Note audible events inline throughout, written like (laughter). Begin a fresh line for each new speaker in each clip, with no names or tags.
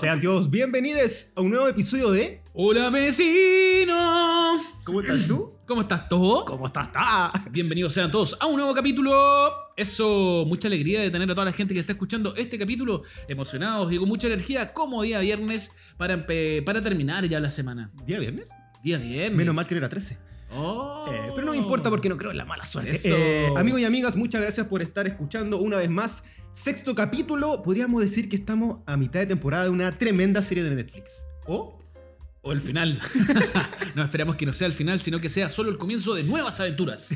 Sean todos bienvenidos a un nuevo episodio de
Hola vecino.
¿Cómo estás tú?
¿Cómo estás todo?
¿Cómo estás? ta?
Bienvenidos sean todos a un nuevo capítulo. Eso, mucha alegría de tener a toda la gente que está escuchando este capítulo, emocionados y con mucha energía, como día viernes, para, empe- para terminar ya la semana.
¿Día viernes?
Día viernes.
Menos mal que no era 13.
Oh.
Eh, pero no me importa porque no creo en la mala suerte.
Eso.
Eh, amigos y amigas, muchas gracias por estar escuchando una vez más. Sexto capítulo, podríamos decir que estamos a mitad de temporada de una tremenda serie de Netflix. ¿O?
O el final. (laughs) no esperamos que no sea el final, sino que sea solo el comienzo de nuevas aventuras.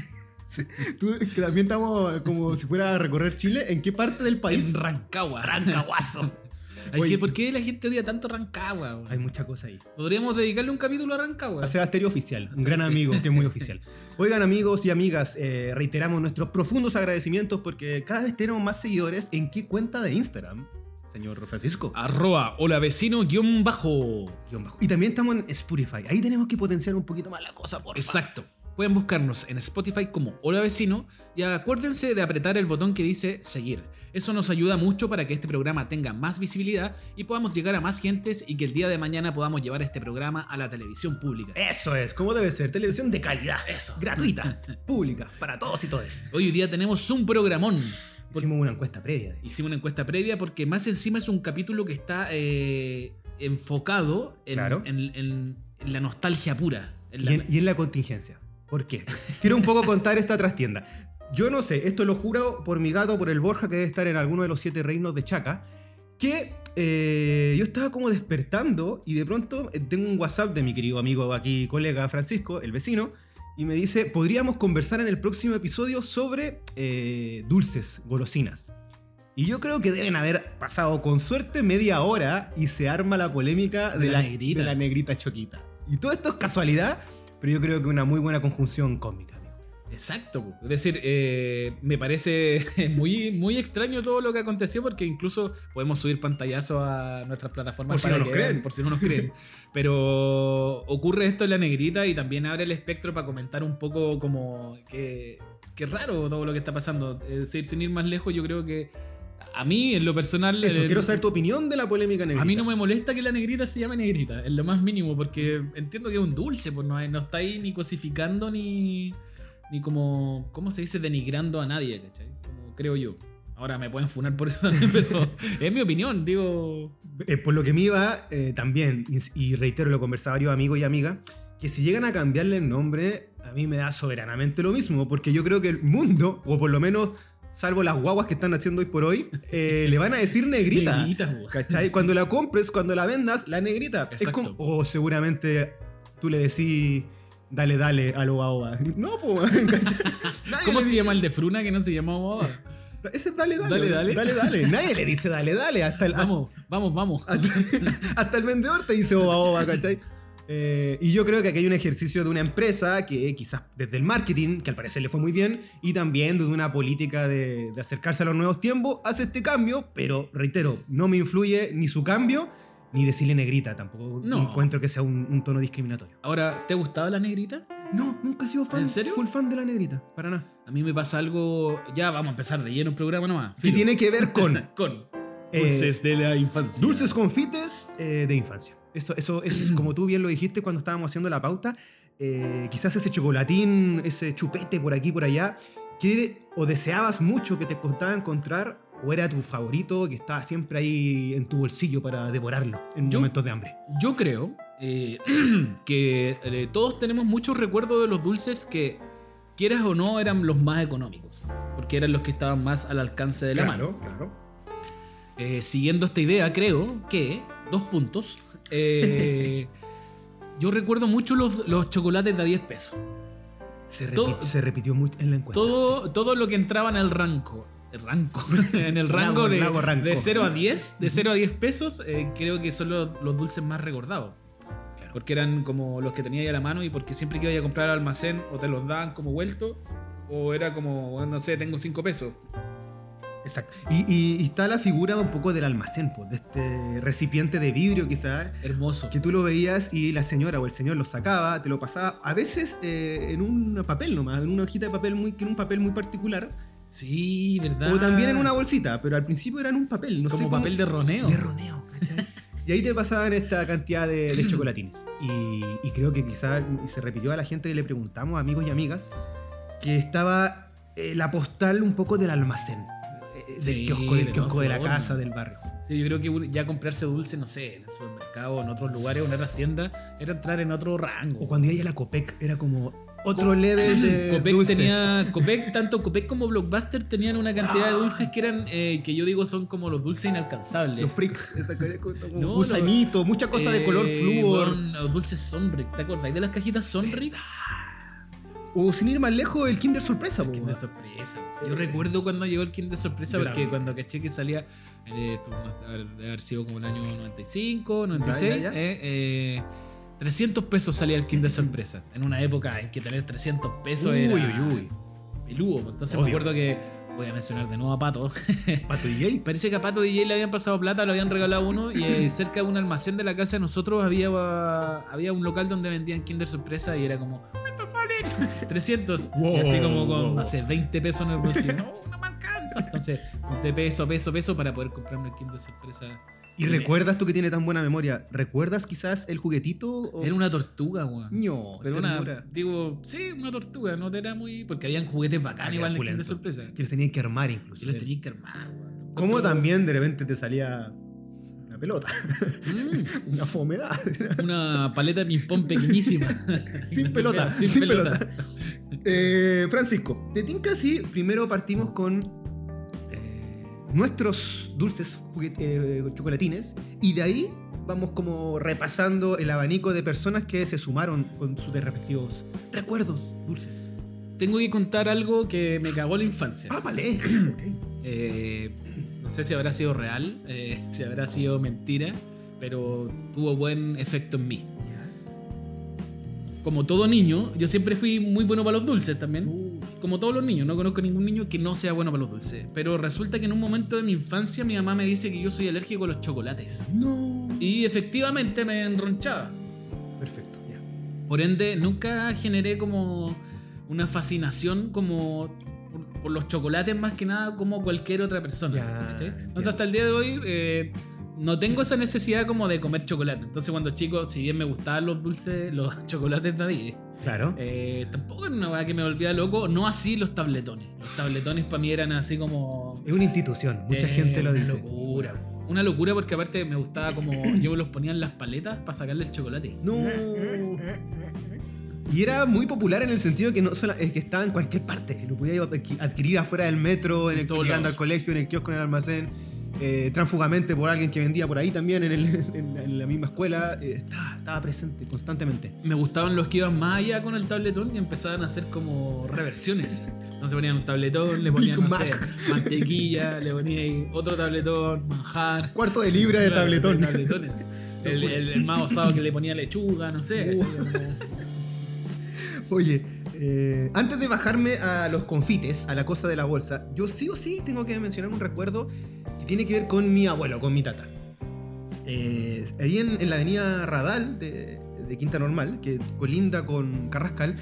Tú, que también estamos como si fuera a recorrer Chile. ¿En qué parte del país?
En Rancagua.
Rancaguazo.
(laughs) Ay,
Oye.
¿Por qué la gente odia tanto Rancagua? güey?
Hay mucha cosa ahí.
Podríamos dedicarle un capítulo a Rancagua.
A Sebasterio Oficial, un gran amigo que es muy
(laughs)
oficial. Oigan amigos y amigas, eh, reiteramos nuestros profundos agradecimientos porque cada vez tenemos más seguidores en qué cuenta de Instagram, señor Francisco.
Ah. Arroba, hola vecino, guión bajo.
Guión bajo. Y también estamos en Spotify, ahí tenemos que potenciar un poquito más la cosa, por
Exacto. Pueden buscarnos en Spotify como Hola Vecino y acuérdense de apretar el botón que dice seguir. Eso nos ayuda mucho para que este programa tenga más visibilidad y podamos llegar a más gentes y que el día de mañana podamos llevar este programa a la televisión pública.
Eso es, como debe ser, televisión de calidad,
Eso. (laughs)
gratuita, pública, para todos y todes.
Hoy día tenemos un programón.
Hicimos una encuesta previa. y-
Hicimos una encuesta previa porque más encima es un capítulo que está eh, enfocado en,
Claro.
en- en- en la nostalgia pura. En la-
Y en, y en la contingencia. ¿Por
(laughs)
qué? Quiero un poco contar esta trastienda. Yo no sé, esto lo juro por mi gato, por el Borja, que debe estar en alguno de los siete reinos de Chaca, que eh, yo estaba como despertando y de pronto eh, tengo un WhatsApp de mi querido amigo aquí, colega Francisco, el vecino, y me dice, podríamos conversar en el próximo episodio sobre eh, dulces, golosinas. Y yo creo que deben haber pasado con suerte media hora y se arma la polémica de,
De la
la,
negrita.
de la negrita choquita. Y todo esto es casualidad, pero yo creo que una muy buena conjunción cómica. amigo.
Exacto. po. Es decir, eh, me parece (laughs) muy, muy extraño todo lo que aconteció porque incluso podemos subir pantallazos a nuestras plataformas.
Por si no nos
que vean,
creen.
Por si no
(laughs)
nos creen. Pero ocurre esto en la negrita y también abre el espectro para comentar un poco como que, que raro todo lo que está pasando. Es decir, sin ir más lejos, yo creo que a mí, en lo personal...
Eso,
eh,
quiero saber tu opinión de la polémica negrita.
a mí no me molesta que la negrita se llame negrita, en lo más mínimo, porque entiendo que es un dulce, pues no, no está ahí ni cosificando ni, ni como, ¿cómo se dice? Denigrando a nadie, ¿cachai? Como creo yo. Ahora me pueden funar por eso también, (laughs) pero es mi opinión, digo...
Eh, por lo que me iba, eh, también, ins- y reitero, lo conversaba varios amigos y amigas, que si llegan a cambiarle el nombre, a mí me da soberanamente lo mismo, porque yo creo que el mundo, o por lo menos, salvo las guaguas que están haciendo hoy por hoy, eh,
(laughs)
le van a decir negrita.
Negrita, pues. po.
¿Cachai? Cuando la compres, cuando la vendas, la negrita. Es
Exacto.
como, o seguramente tú le decís, dale, dale, a lo oba. No, (laughs) pues.
(laughs) ¿Cómo se llama el de Fruna que no se llama Boba?
Ese es dale, dale.
Dale, dale.
Dale, dale. Nadie le dice dale, dale. Hasta el,
Vamos, vamos, vamos.
hasta, hasta el vendedor te dice oba oba, ¿cachai? Eh, y yo creo que aquí hay un ejercicio de una empresa que quizás desde el marketing, que al parecer le fue muy bien, y también desde una política de, de acercarse a los nuevos tiempos, hace este cambio, pero reitero, no me influye ni su cambio, ni decirle negrita tampoco.
No.
encuentro que sea un, un tono discriminatorio.
Ahora, ¿te gustaba la negrita?
No, nunca he sido fan,
¿En serio?
full fan de la negrita, para nada.
A mí me pasa algo... Ya, vamos a empezar de lleno el programa nomás.
Que
Filo.
tiene que ver
(laughs)
con
Con
eh,
dulces de la infancia.
Dulces confites eh, de infancia. Esto, eso
(clears throat)
es como tú bien lo dijiste cuando estábamos haciendo la pauta. eh, quizás ese chocolatín, ese chupete por aquí por allá, que o deseabas mucho que te costaba encontrar, o era tu favorito que estaba siempre ahí en tu bolsillo para devorarlo en
Yo-
momentos de hambre.
Yo creo eh, (clears throat) que eh, todos tenemos muchos recuerdos de los dulces que, quieras o no, eran los más económicos. Porque eran los que estaban más al alcance de la mano.
claro.
Eh, siguiendo esta idea, creo que, dos puntos, eh, yo recuerdo mucho los, los chocolates de a 10 pesos.
Se, repi-
Todo-
se repitió mucho en la encuesta.
Todo, todo lo que entraba en el ranco. El ranco. (laughs) en el rango,
Lago-
de,
lago ranco.
de 0 a 10. De 0 a 10 pesos, eh, creo que son los, los dulces más recordados.
Claro.
Porque eran como los que tenía ahí a la mano y porque siempre que iba a comprar al almacén o te los daban como vuelto o era como, bueno, no sé, tengo 5 pesos.
sí. Exacto. Y, y- y está la figura un poco del almacén, pues, de este recipiente de vidrio quizás,
Hermoso.
que tú lo veías y la señora o el señor lo sacaba, te lo pasaba, a veces eh, en un papel nomás, en una hojita de papel muy, en un papel muy particular,
Sí, ¿verdad?
o también en una bolsita, pero al principio era en un papel, no sé
Ah. Como
cómo-
papel de roneo. (laughs)
de roneo, ¿cachai? Y ahí te pasaban esta cantidad de,
(clears throat)
de chocolatines. Y, y creo que quizás se repitió a la gente que le preguntamos, amigos y amigas, que estaba eh, la postal un poco del almacén. eh, eh, Del
Sí,
kiosco, del
de
kiosco
todas
de la
formas.
casa, del barrio.
Sí, yo creo que un- ya comprarse dulce, no sé, en el supermercado o en otros lugares o en otras tiendas, era entrar en otro rango.
O cuando iba a la Copec, era como otro
(clears throat)
level de
Copec
dulces.
tenía. Copec, tanto Copec como Blockbuster tenían una cantidad de dulces que eran. eh, que yo digo son como los dulces inalcanzables.
Los freaks, esa cara
(laughs)
como
No,
gusanito, muchas cosas de color
Eh,
flúor.
weón, los dulces Sonric. ¿Te acordás de las cajitas Sonric?
O sin ir más lejos, el Kinder Sorpresa. po,
Kinder
weón.
Sorpresa. Yo recuerdo cuando llegó el Kinder Sorpresa,
Yo
porque
también.
cuando caché que salía, eh, tú, no sé, haber- debe haber sido como el año 95, 96,
Ya, ya, ya.
eh, eh, 300 pesos salía el Kinder Sorpresa. En una época en que tener 300 pesos
Uy,
era
uy,
(laughs) peludo. pues. Entonces me
Obvio.
acuerdo que, voy a mencionar de nuevo a Pato,
uy. Pato DJ.
Parece que a Pato DJ le habían pasado plata, lo habían regalado uno y eh, cerca de un almacén de la casa de nosotros había, ah, había un local donde vendían Kinder Sorpresa y era como "¿Cuánto (laughs) salen?" 300 y
Wow,
así como con,
wow.
no sé, 20 pesos en el bolsillo. No, no me alcanza. Entonces, de peso, peso, peso para poder comprarme el Kinder Sorpresa.
¿Y recuerdas tú que tiene tan buena memoria? ¿Recuerdas quizás el juguetito? O...
Era una tortuga, weón.
No,
Pero una,
ternura.
digo, sí, una tortuga, no era muy... Porque habían juguetes bacanes
Ah,
igual en el
era
Kinder
pulento.
Sorpresa.
Que los tenían que armar incluso.
Yo los tenía que armar, weón.
¿Cómo también de repente te salía una pelota? (laughs)
Mm.
Una fomedad.
Una paleta de ping-pong pequeñísima.
(laughs) sin
Una
pelota.
sorpresa,
Sin, pelota. Eh, Francisco, de Tinca sí, primero partimos con eh, nuestros dulces juguet- eh, chocolatines y de ahí vamos como repasando el abanico de personas que se sumaron con sus respectivos recuerdos dulces.
Tengo que contar algo que me cagó la infancia.
Ah, vale. Ok.
Eh, no sé si habrá sido real, eh, (laughs) si habrá sido mentira, pero tuvo buen efecto en mí. Como todo niño, yo siempre fui muy bueno para los dulces también.
Uh,
Como todos los niños, no conozco ningún niño que no sea bueno para los dulces. Pero resulta que en un momento de mi infancia mi mamá me dice que yo soy alérgico a los chocolates.
No.
Y efectivamente me enronchaba.
Perfecto. ya.
Por ende, nunca generé como una fascinación como por, por los chocolates más que nada como cualquier otra persona.
Ya,
¿cachai? Entonces
entiendo.
hasta el día de hoy eh, no tengo esa necesidad como de comer chocolate. Entonces cuando chico, si bien me gustaban los dulces, (laughs) los chocolates de ahí,
Claro.
eh, tampoco era una weá que me volvía loco, no así los tabletones. Los tabletones para mí eran así como...
Es una institución, mucha
eh,
gente lo
una
dice.
locura. Una locura porque aparte me gustaba como yo los ponía en las paletas para sacarle el chocolate.
No. Y era muy popular en el sentido que no sola- es que estaba en cualquier parte. Lo podía adqui- adquirir afuera del metro, en
En
el,
todos
llegando
lados.
al colegio, en el kiosco, en el almacén. eh, tránsfugamente por alguien que vendía por ahí también en, el- (laughs) en la- en la misma escuela. eh, estaba, estaba presente constantemente.
Me gustaban los que iban más allá con el tabletón y empezaban a hacer como reversiones. No se ponían un tabletón, le ponían
Big
no sé,
Mac.
mantequilla, le ponían ahí otro tabletón, manjar.
Cuarto de libra de
Claro,
tabletón. (laughs)
de tabletones. El, el- el más osado que le ponía lechuga, no sé.
Uh.
¿cachai?
Oye, eh, antes de bajarme a los confites, a la cosa de la bolsa, yo sí o sí tengo que mencionar un recuerdo que tiene que ver con mi abuelo, con mi tata. Eh, ahí en, en la avenida Radal de, de Quinta Normal, que colinda con Carrascal,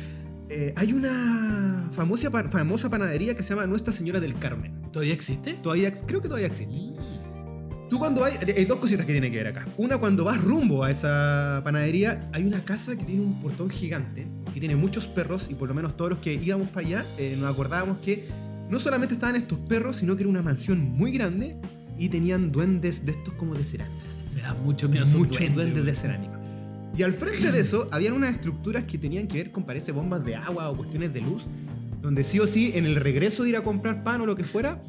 eh, hay una famosa, pa- famosa panadería que se llama Nuestra Señora del Carmen.
¿Todavía existe?
Todavía, ex- creo que todavía existe.
Mm.
Tú cuando vas, hay dos cositas que tiene que ver acá. Una, cuando vas rumbo a esa panadería, hay una casa que tiene un portón gigante, que tiene muchos perros, y por lo menos todos los que íbamos para allá eh, nos acordábamos que no solamente estaban estos perros, sino que era una mansión muy grande y tenían duendes de estos como de cerámica.
Me da mucho miedo. esos
muchos duendes,
duendes,
de cerámica. Y al frente de eso, habían unas estructuras que tenían que ver con, parece, bombas de agua o cuestiones de luz, donde sí o sí, en el regreso de ir a comprar pan o lo que fuera,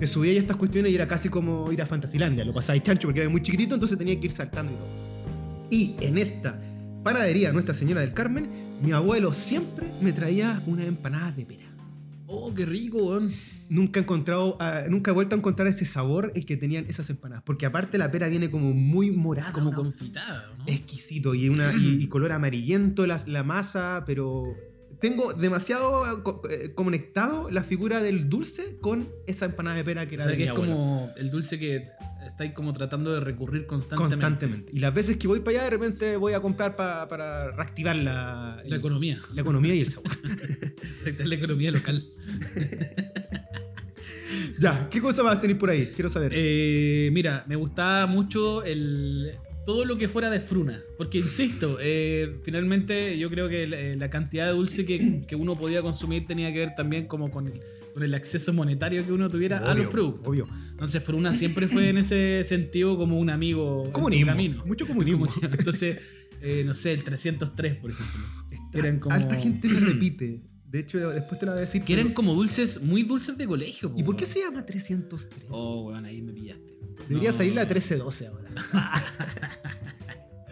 te subía y estas cuestiones y era casi como ir a Fantasilandia. Lo pasaba chancho porque era muy chiquitito, entonces tenía que ir saltando y todo. Y en esta panadería Nuestra Señora del Carmen, mi abuelo siempre me traía unas empanadas de pera.
weón. Oh, qué rico, weón.
Nunca he encontrado, ah, nunca he vuelto a encontrar ese sabor el que tenían esas empanadas. Porque aparte la pera viene como muy morada.
Como
una-
confitada, ¿no?
exquisito y, una, y, y color amarillento la, la masa, pero tengo demasiado eh, co- eh, conectado la figura del dulce con esa empanada de pera que
O
era
sea,
de
que
mi
es
abuela.
como el dulce que estáis como tratando de recurrir constantemente.
constantemente. Y las veces que voy para allá, de repente voy a comprar pa- para reactivar la,
La economía. (laughs)
la economía y el sabor.
Afectar la economía local.
ya, ¿qué cosa más tenéis por ahí? Quiero saber.
Eh, mira, me gustaba mucho el, todo lo que fuera de fruna. Porque, insisto, eh, finalmente yo creo que la, la cantidad de dulce que, que uno podía consumir tenía que ver también como con el, con el acceso monetario que uno tuviera a los
Obvio,
productos.
Obvio.
Entonces Fruna siempre fue en ese sentido como un amigo en
Comunismo.
tu camino.
Mucho comunismo.
(laughs) Entonces, eh, no sé, el 303, por ejemplo.
Esta-
Que eran como-
Harta gente lo repite. De hecho, después te la voy a decir.
Que eran
pero-
como dulces, muy dulces de colegio.
¿Y
po,
por qué
weón.
se llama 303?
Oh, weón, ahí me pillaste.
Debería
No.
salir la 1312
(laughs)
ahora.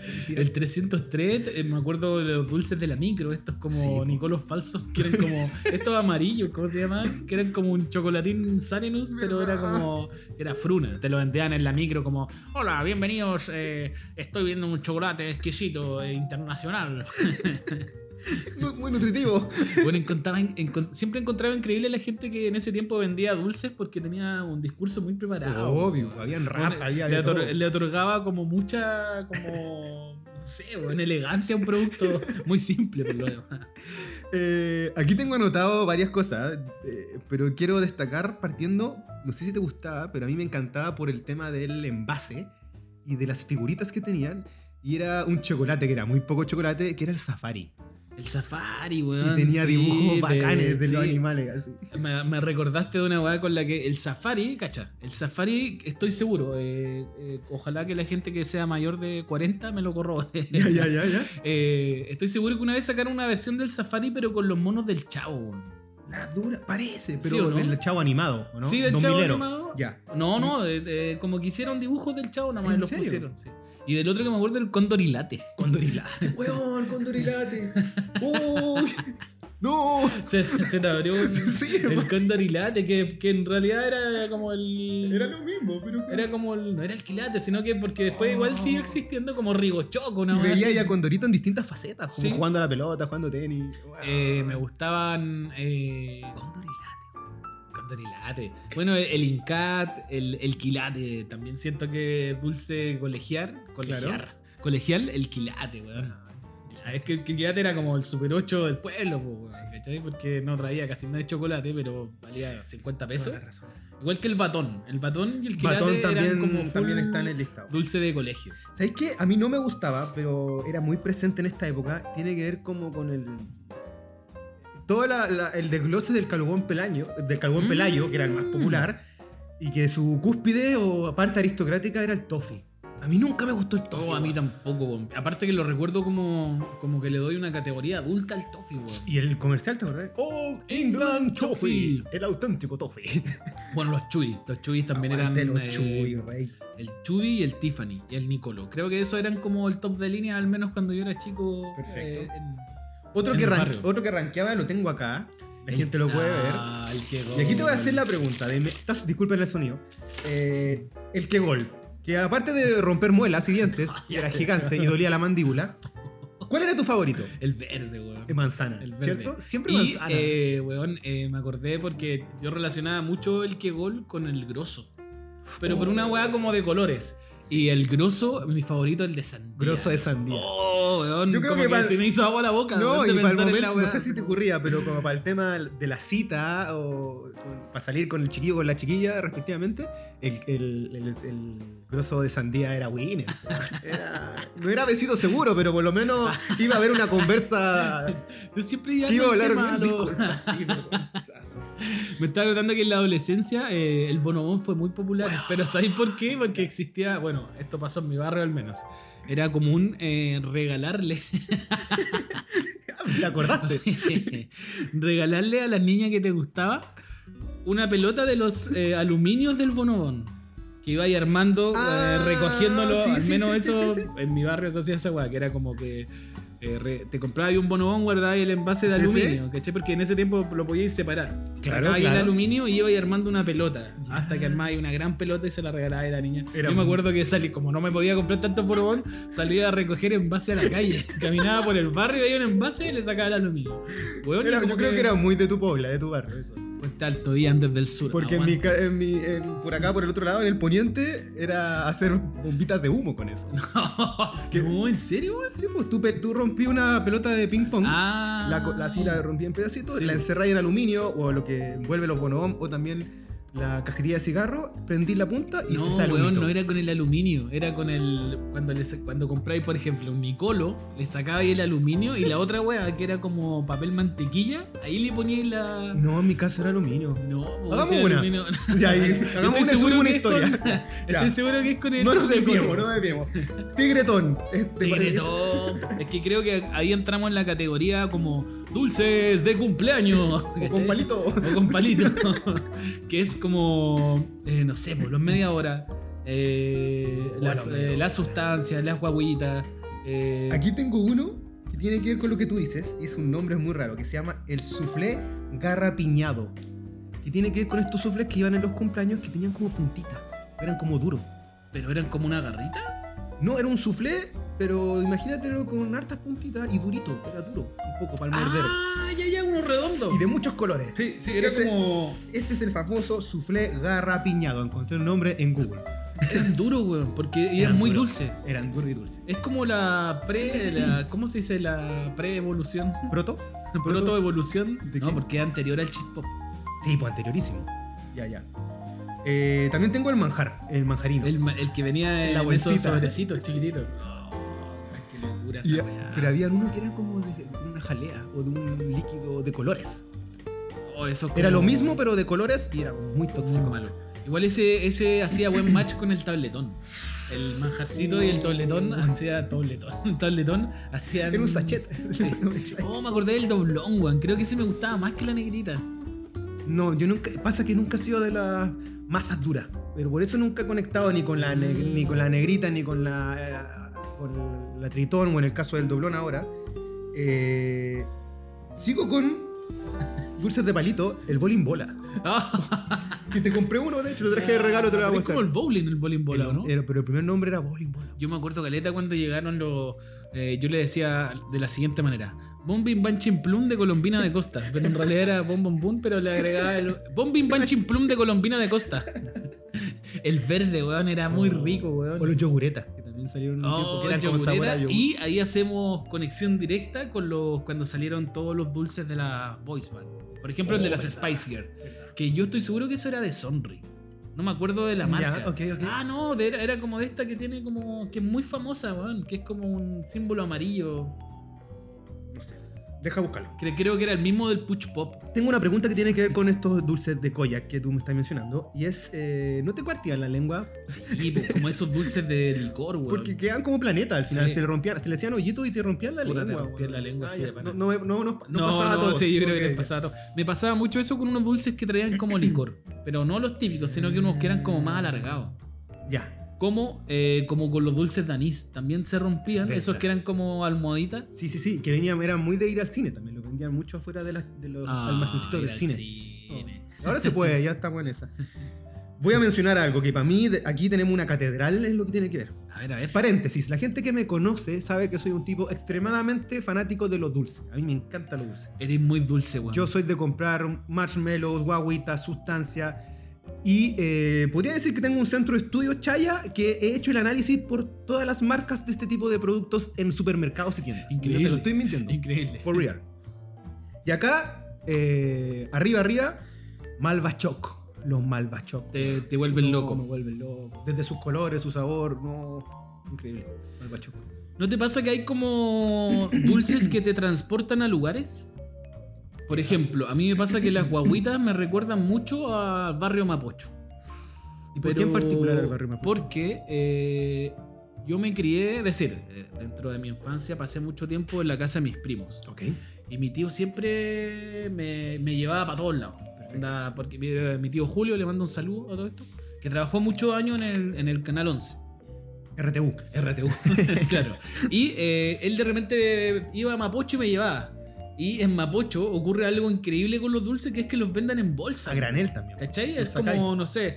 Mentiras.
El 303, eh, me acuerdo de los dulces de la micro, estos
Sí,
como
po.
Nicolos falsos, que eran
(laughs)
como. estos amarillos, ¿cómo se llamaban? Que eran como un chocolatín Saninus, pero era
¿Verdad?
como. era fruna. Te lo vendían en la micro como: Hola, bienvenidos, eh, estoy viendo un chocolate exquisito e internacional.
Muy- Muy
(laughs)
nutritivo.
Bueno, encontraba, encon- siempre encontraba increíble la gente que en ese tiempo vendía dulces porque tenía un discurso muy preparado.
Ah, Obvio, habían rap,
Bueno,
había
le,
de
otor-
todo.
le otorgaba como mucha, como, no sé, bueno, elegancia a un
(laughs)
producto muy simple por lo demás.
Eh, aquí tengo anotado varias cosas, eh, pero quiero destacar partiendo, no sé si te gustaba, pero a mí me encantaba por el tema del envase y de las figuritas que tenían. Y era un chocolate, que era muy poco chocolate, que era el safari.
El safari, weón.
Y tenía
Ah, sí,
dibujos
de-
bacanes de los
sí.
animales, así. (laughs)
Me, me recordaste de una weá con la que el safari, cacha, el safari, estoy seguro, eh, eh, ojalá que la gente que sea mayor de 40 me lo corrobore.
(laughs) Ya, ya, ya, ya.
(laughs) Eh, estoy seguro que una vez sacaron una versión del Safari, pero con los monos del Chavo. weón.
La dura, parece, pero
(laughs) ¿Sí o no?
del chavo animado, ¿o ¿no?
Sí, del
Dos
Chavo
milero.
animado.
Ya.
No, no, eh, eh, como que hicieron dibujos del Chavo, nada más
¿En
los
serio?
pusieron. sí. Y del otro que me acuerdo, el Condorilate.
Condorilate, (laughs) weón,
(laughs)
condorilate. Uy, no.
Se, se te abrió
(laughs)
un-
Sí,
el Condorilate, que, que en realidad era como el.
Era lo mismo, pero...
era como el- no era el quilate, sino que porque después
Oh.
igual siguió existiendo como Rigochoco, una
Y
weá
veía
así.
ya a Condorito en distintas facetas, como
Sí.
jugando a la pelota, jugando tenis.
Eh, me gustaban. eh, Condorilate. Bueno, el- el Incat, el, el quilate, también siento que es dulce colegiar. Colegiar. Colegial, el quilate, weón. Es que el quilate era como el super 8 del pueblo, po, weón, ¿cachai? Porque no traía casi nada de chocolate, pero valía 50 pesos. Igual que el batón. El batón y el quilate
Batón
eran
también,
como full
también está en el listado.
dulce de colegio.
¿Sabéis qué? A mí no me gustaba, pero era muy presente en esta época. Tiene que ver como con el. Todo la- la- el desglose del calugón pelaño, del calugón
Mm.
pelayo, que era el más popular, y que su cúspide o parte aristocrática era el toffee. A mí nunca me gustó el toffee.
Todo Oh, a mí
weón.
tampoco, weón. Aparte que lo recuerdo como, como que le doy una categoría adulta al toffee, weón.
y el comercial, ¿te acordás? All England Toffee. El auténtico toffee.
Bueno, los chuy. Los chuy (laughs) también
Aguante
eran.
los
eh,
chuy, rey.
El Chubby y el Tiffany y el Nicolo. Creo que esos eran como el top de línea, al menos cuando yo era chico. eh,
Perfecto.
en-
Otro
en
que,
el
ranque-
barrio.
otro que ranqueaba lo tengo acá. La gente lo puede ver.
Ah, el que
Y aquí te voy a
gol.
hacer la pregunta. De, me- tas- disculpen el sonido. Eh, el que gol. Que aparte de romper muelas y dientes,
(laughs)
era gigante y dolía la mandíbula. ¿Cuál era tu favorito?
El verde, weón.
Eh, Manzana,
El verde.
¿cierto? Siempre ah,
Y,
manzana.
eh, weón, eh, me acordé porque yo relacionaba mucho el que gol con el grosso. Pero por una weá como de colores. Y el grosso, mi favorito, el de sandía.
Grosso de sandía.
Oh, weón.
Yo creo
como
que
que,
para-
se me hizo agua la boca.
no,
weón, de
y para el
pensar en
momento,
la
no
weá.
sé si te ocurría, pero como para el tema de la cita o con- para salir con el chiquillo o con la chiquilla, respectivamente, el, el- el- el grosso de sandía era winner. (laughs) Era- no era besito seguro, pero por lo menos iba a haber una conversa
Yo siempre iba
que iba a hablar
tema,
bien.
lo-
Disculpa, sí, pero-
(laughs) Me estaba acordando que en la adolescencia eh, el bonobón fue muy popular. Pero ¿sabéis por qué? Porque existía, bueno, esto pasó en mi barrio al menos. Era común eh, regalarle,
¿Te acordaste? (laughs)
regalarle a la niña que te gustaba una pelota de los eh, aluminios del bonobón. Que iba ahí armando, eh,
Ah,
recogiéndolo.
sí,
al
sí,
menos
sí, sí,
eso
sí, sí.
en mi barrio se hacía esa weá, que era como que. eh, re- te comprabas ahí un bonobón, guardabas ahí el envase de
Sí, sí.
aluminio, ¿cachai? Porque en ese tiempo lo podíais separar.
Claro,
Sacabas ahí el
claro.
aluminio y iba ahí armando una pelota. Hasta que armaba ahí una gran pelota y se la regalaba a la niña.
Era
Yo me
muy-
acuerdo que salí, como no me podía comprar tanto bonobón, salía a recoger envase a
(laughs)
la calle. Caminaba por el barrio, veía un envase y le sacaba el aluminio. Weón,
Era-
y como
yo creo que era muy de tu puebla, de tu barrio, eso.
Puente Alto día antes del sur.
Porque en mi,
aguante.
ca- en mi, en- por acá, por el otro lado, en el poniente, era hacer bombitas de humo con eso.
(laughs)
¿Qué?
No, ¿en serio? weón?
Sí, pues tú, pe- tú rompí una pelota de ping pong.
Ah.
La, co- la- así la rompí en pedacitos,
Sí.
la encerré en aluminio o lo que envuelve los bonobón o también la cajetilla de cigarro, prendí la punta y
no,
se sale un
weón,
hito.
no era con el aluminio, era con el. Cuando, le sa- cuando compráis, por ejemplo, un Nicolo, le sacabais el aluminio y la otra weá, que era como papel mantequilla, ahí le poníais la.
No, en mi caso era
(laughs)
aluminio.
No, po,
Hagamos
si el
una.
aluminio-
Ya, y
Estoy
hagamos una,
seguro
subimos una
que es con-
historia. (laughs) Ya.
Estoy seguro que es con el.
No nos
Nicolo.
desviemos, no nos desviemos. Tigretón. este,
Tigretón. Es que creo que ahí entramos en la categoría como dulces de cumpleaños.
O con palito.
O con palito. (laughs) que es como, eh, no sé, por los media hora. eh,
Bueno,
las,
media
eh,
hora.
las sustancias, las guaguitas. eh,
Aquí tengo uno que tiene que ver con lo que tú dices, y es un nombre muy raro, que se llama el soufflé garrapiñado. Que tiene que ver con estos soufflés que iban en los cumpleaños que tenían como puntita, eran como duros.
Pero eran como una garrita.
No, era un soufflé, pero imagínatelo con hartas puntitas y durito, era duro, un poco para el morder.
Ah, ya, ya, uno redondo.
Y de muchos colores.
Sí, sí, era
Ese-
como.
Ese es el famoso soufflé garrapiñado. Encontré el nombre en Google.
Eran duros, weón, porque eran,
Eran
muy
duros.
dulces.
Eran duro y dulce.
Es como la pre. La, ¿Cómo se dice? La pre-evolución.
(laughs) ¿Proto?
Proto-evolución.
¿De
No,
qué?
porque es anterior al chip pop.
Sí, pues anteriorísimo. Ya, ya. Eh, también tengo el manjar, el manjarino.
El, ma- el que venía
La
en esos
bolsita.
sobrecitos chiquititos. qué locura
Y-
esa weá.
pero había uno que era como de una jalea o de un líquido de colores.
Oh, eso es
Era
como
lo mismo, pero de colores y era muy
muy
tóxico.
malo. Igual ese, ese hacía buen match con el tabletón. El manjarcito y el
(laughs)
tabletón hacía tabletón. (laughs) El tabletón hacía.
Era un
(laughs)
sachet.
Oh, me acordé del doblón, weón. Creo que ese me gustaba más que
(laughs)
la negrita.
No, yo nunca. Pasa que nunca he sido de las masas duras. Pero por eso nunca he conectado ni con la, neg- ni con la negrita, ni con la. eh, con la tritón, o en el caso del doblón ahora. Eh, sigo con. Dulces de palito, el bowling bola. Que te compré uno, de hecho, lo traje de regalo, te lo voy a
Ah, Pero Es
mostrar.
como el bowling, el bowling bola, ¿o
El-
¿no?
era- pero el primer nombre era Bowling Bola.
Yo me acuerdo, Caleta, cuando llegaron los. eh, yo le decía de la siguiente manera: Bombin Banchin Plum de Colombina de Costa. Pero en realidad era Bom Bom Bum, pero le agregaba el. Bombin Banchin Plum de Colombina de Costa. (laughs) El verde, weón, era muy rico,
O los
weón.
yoguretas, que también salieron un tiempo,
Oh,
que eran como
yogurera,
sabor a yogur.
y ahí hacemos conexión directa con los cuando salieron todos los dulces de la Boys Band. Por ejemplo, el de
Oh,
las
verdad,
Spice Girl. Que yo estoy seguro que eso era de Sonry. No me acuerdo de la
Ya,
marca.
ok, ok.
Ah, no, de- era, era como de esta que tiene como. que es muy famosa, weón. Que es como un símbolo amarillo.
No sé. Deja buscarlo.
Cre- creo que era el mismo del Puch Pop.
Tengo una pregunta que tiene que ver con estos dulces de koyak que tú me estás mencionando. Y es, eh, ¿no te cuartían la lengua?
Sí, pues, como esos dulces de licor, weón.
Porque quedan como planeta al final.
Sí.
Se le rompían, se le hacían hoyitos y te rompían la
Puta, te
lengua.
rompían
weón.
la lengua,
Ah,
sí,
ya.
de pana.
no, no, no, no- no
no,
pasaba
no,
todo.
Sí, yo creo que
Ok,
les pasaba todo. Me pasaba mucho eso con unos dulces que traían como licor. Pero no los típicos, sino que unos que eran como más alargados.
Ya.
Como, eh, como con los dulces de anís. También se rompían.
Verdad.
Esos que eran como almohaditas.
Sí, sí, sí. Que venían, era muy de ir al cine también. Lo vendían mucho afuera de, las- de los almacencitos
Ah, ir
del
al
cine.
cine.
(laughs) Ahora se puede, ya estamos en esa. Voy a mencionar algo que para mí de- aquí tenemos una catedral, es lo que tiene que Oh. ver.
A ver, a ver.
Paréntesis, la gente que me conoce sabe que soy un tipo extremadamente fanático de lo dulce. A mí me encanta lo dulce.
Eres muy dulce, weón.
Yo soy de comprar marshmallows, guaguitas, sustancia. Y eh, podría decir que tengo un centro de estudio Chaya que he hecho el análisis por todas las marcas de este tipo de productos en supermercados y tiendas. Y No
Increíble.
te lo estoy mintiendo.
Increíble.
For real. Y acá, eh, arriba, arriba, Malvachoc. Los Malvachoc.
Te, te vuelven
No, Me
loco.
vuelven loco. Desde sus colores, su sabor, no. Increíble. Malvachoc.
¿No te pasa que hay como (coughs) dulces que te transportan a lugares? Por ejemplo, a mí me pasa que las guaguitas me recuerdan mucho al barrio Mapocho.
¿Y por
Pero-
qué en particular el barrio Mapuche?
Porque eh, yo me crié, es decir, eh, dentro de mi infancia pasé mucho tiempo en la casa de mis primos.
Ok.
Y mi tío siempre me, me llevaba para todos lados. Onda, porque mi, eh, mi tío Julio le mando un saludo a todo esto, que trabajó muchos años en el, en el Canal 11.
RTU.
RTU.
(laughs)
(laughs) claro. Y eh, él de repente iba a Mapocho y me llevaba. Y en Mapocho ocurre algo increíble con los dulces, que es que los vendan en bolsa.
A granel también.
¿Cachai?
Los
Es
sacáis.
como, no sé,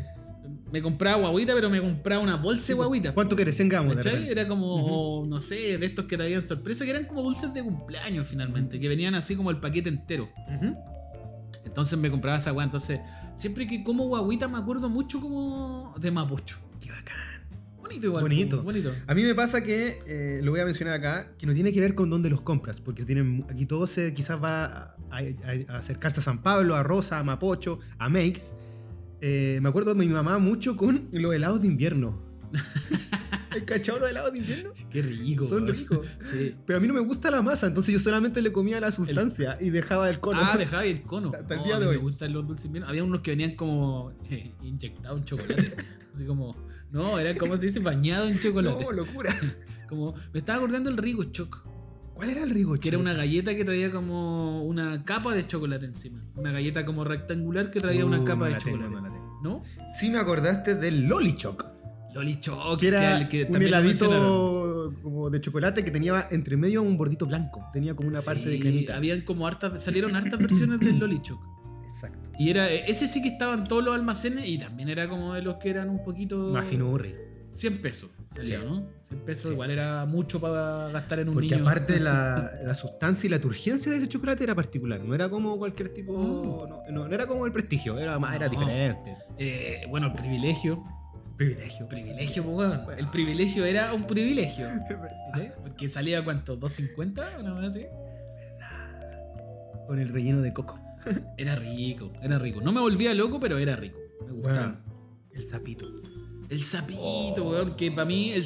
me compraba guaguita, pero me compraba una bolsa de guaguita.
pues, ¿Cuánto querés en gramos de
¿Cachai?
repente?
Era como, no sé, de estos que traían sorpresa, que eran como dulces de cumpleaños finalmente, que venían así como el paquete entero.
Ujú.
Entonces me compraba esa guagua. Entonces, siempre que como guaguita me acuerdo mucho como de Mapocho.
Qué bacán.
Bonito igual.
Bonito.
como Bonito.
A mí me pasa que, eh, lo voy a mencionar acá, que no tiene que ver con dónde los compras, porque tienen, aquí todo se quizás va a, a- a acercarse a San Pablo, a Rosa, a Mapocho, a Makes. eh, me acuerdo de mi mamá mucho con los helados de (laughs) invierno. ¿El cachado los helados de invierno?
Qué rico.
Son
weón.
ricos.
(laughs) Sí.
Pero a mí no me gusta la masa, entonces yo solamente le comía la sustancia y dejaba el cono.
Ah, de Javier Cono.
Hasta el
No,
día
a mí
de
me
hoy.
gustan los dulces bien. Había unos que venían como eh, inyectado en chocolate. (laughs) Así como. No, era como se dice bañado en chocolate.
no, locura.
Como. Me estaba acordando el Rigo Choc.
¿Cuál era el rigo?
Que era una galleta que traía como una capa de chocolate encima. Una galleta como rectangular que traía
Uh,
una capa de chocolate. ¿No?
Sí me acordaste del lolichok.
Loli Choc,
Que era
el
un
lo mencionaron.
heladito como de chocolate que tenía entre medio un bordito blanco. Tenía como una parte de
Sí,
cremita.
Habían como hartas, salieron hartas versiones del Loli Choc.
Exacto.
Y era, e-, ese sí que estaban todos los almacenes y también era como de los que eran un poquito.
Mafinurri.
100 pesos salía,
Sí.
¿no? 100 pesos
Sí.
igual era mucho para gastar en un
Porque
niño.
aparte la, la sustancia y la turgencia de ese chocolate era particular. No era como cualquier tipo. No, no- no era como el prestigio. Era más, era
Oh. No.
diferente.
(laughs) Eh, bueno, el privilegio.
Privilegio.
Privilegio, pues, weón. El privilegio era un
(laughs)
privilegio. ¿sí? Porque salía cuánto, 250 o nada así.
Con el relleno de coco.
Ah. Era rico, era rico. No me volvía loco, pero era rico. Me gustaba.
El sapito.
El sapito, weón, que para mí el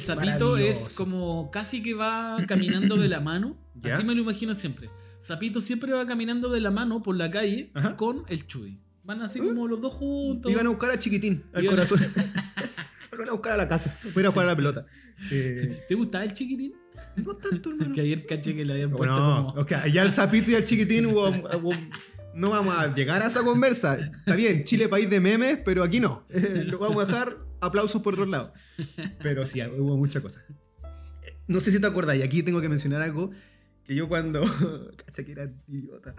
Oh,
sapito es
Maravilloso.
como casi que va caminando
(coughs)
de la mano.
¿Ya?
Así me lo imagino siempre. Sapito siempre va caminando de la mano por la calle
Ajá.
con el Chuy. Van así como los dos juntos.
Iban a buscar a Chiquitín, al
Iban a- (laughs)
corazón. (laughs) Lo iban a buscar a la casa. Voy a ir a jugar a la pelota. Eh,
¿Te gustaba el chiquitín?
no tanto, hermano.
Que ayer caché que le
Oh,
habían puesto
Bueno,
como.
ok, ya el sapito y el chiquitín hubo- hubo- no vamos a llegar a esa conversa. Está bien, Chile país de memes, pero aquí no. (laughs) Lo vamos a dejar aplausos por otros lados. Pero sí, hubo muchas cosas. No sé si te acordás, y aquí tengo que mencionar algo que yo cuando... (laughs) Cacha que era idiota.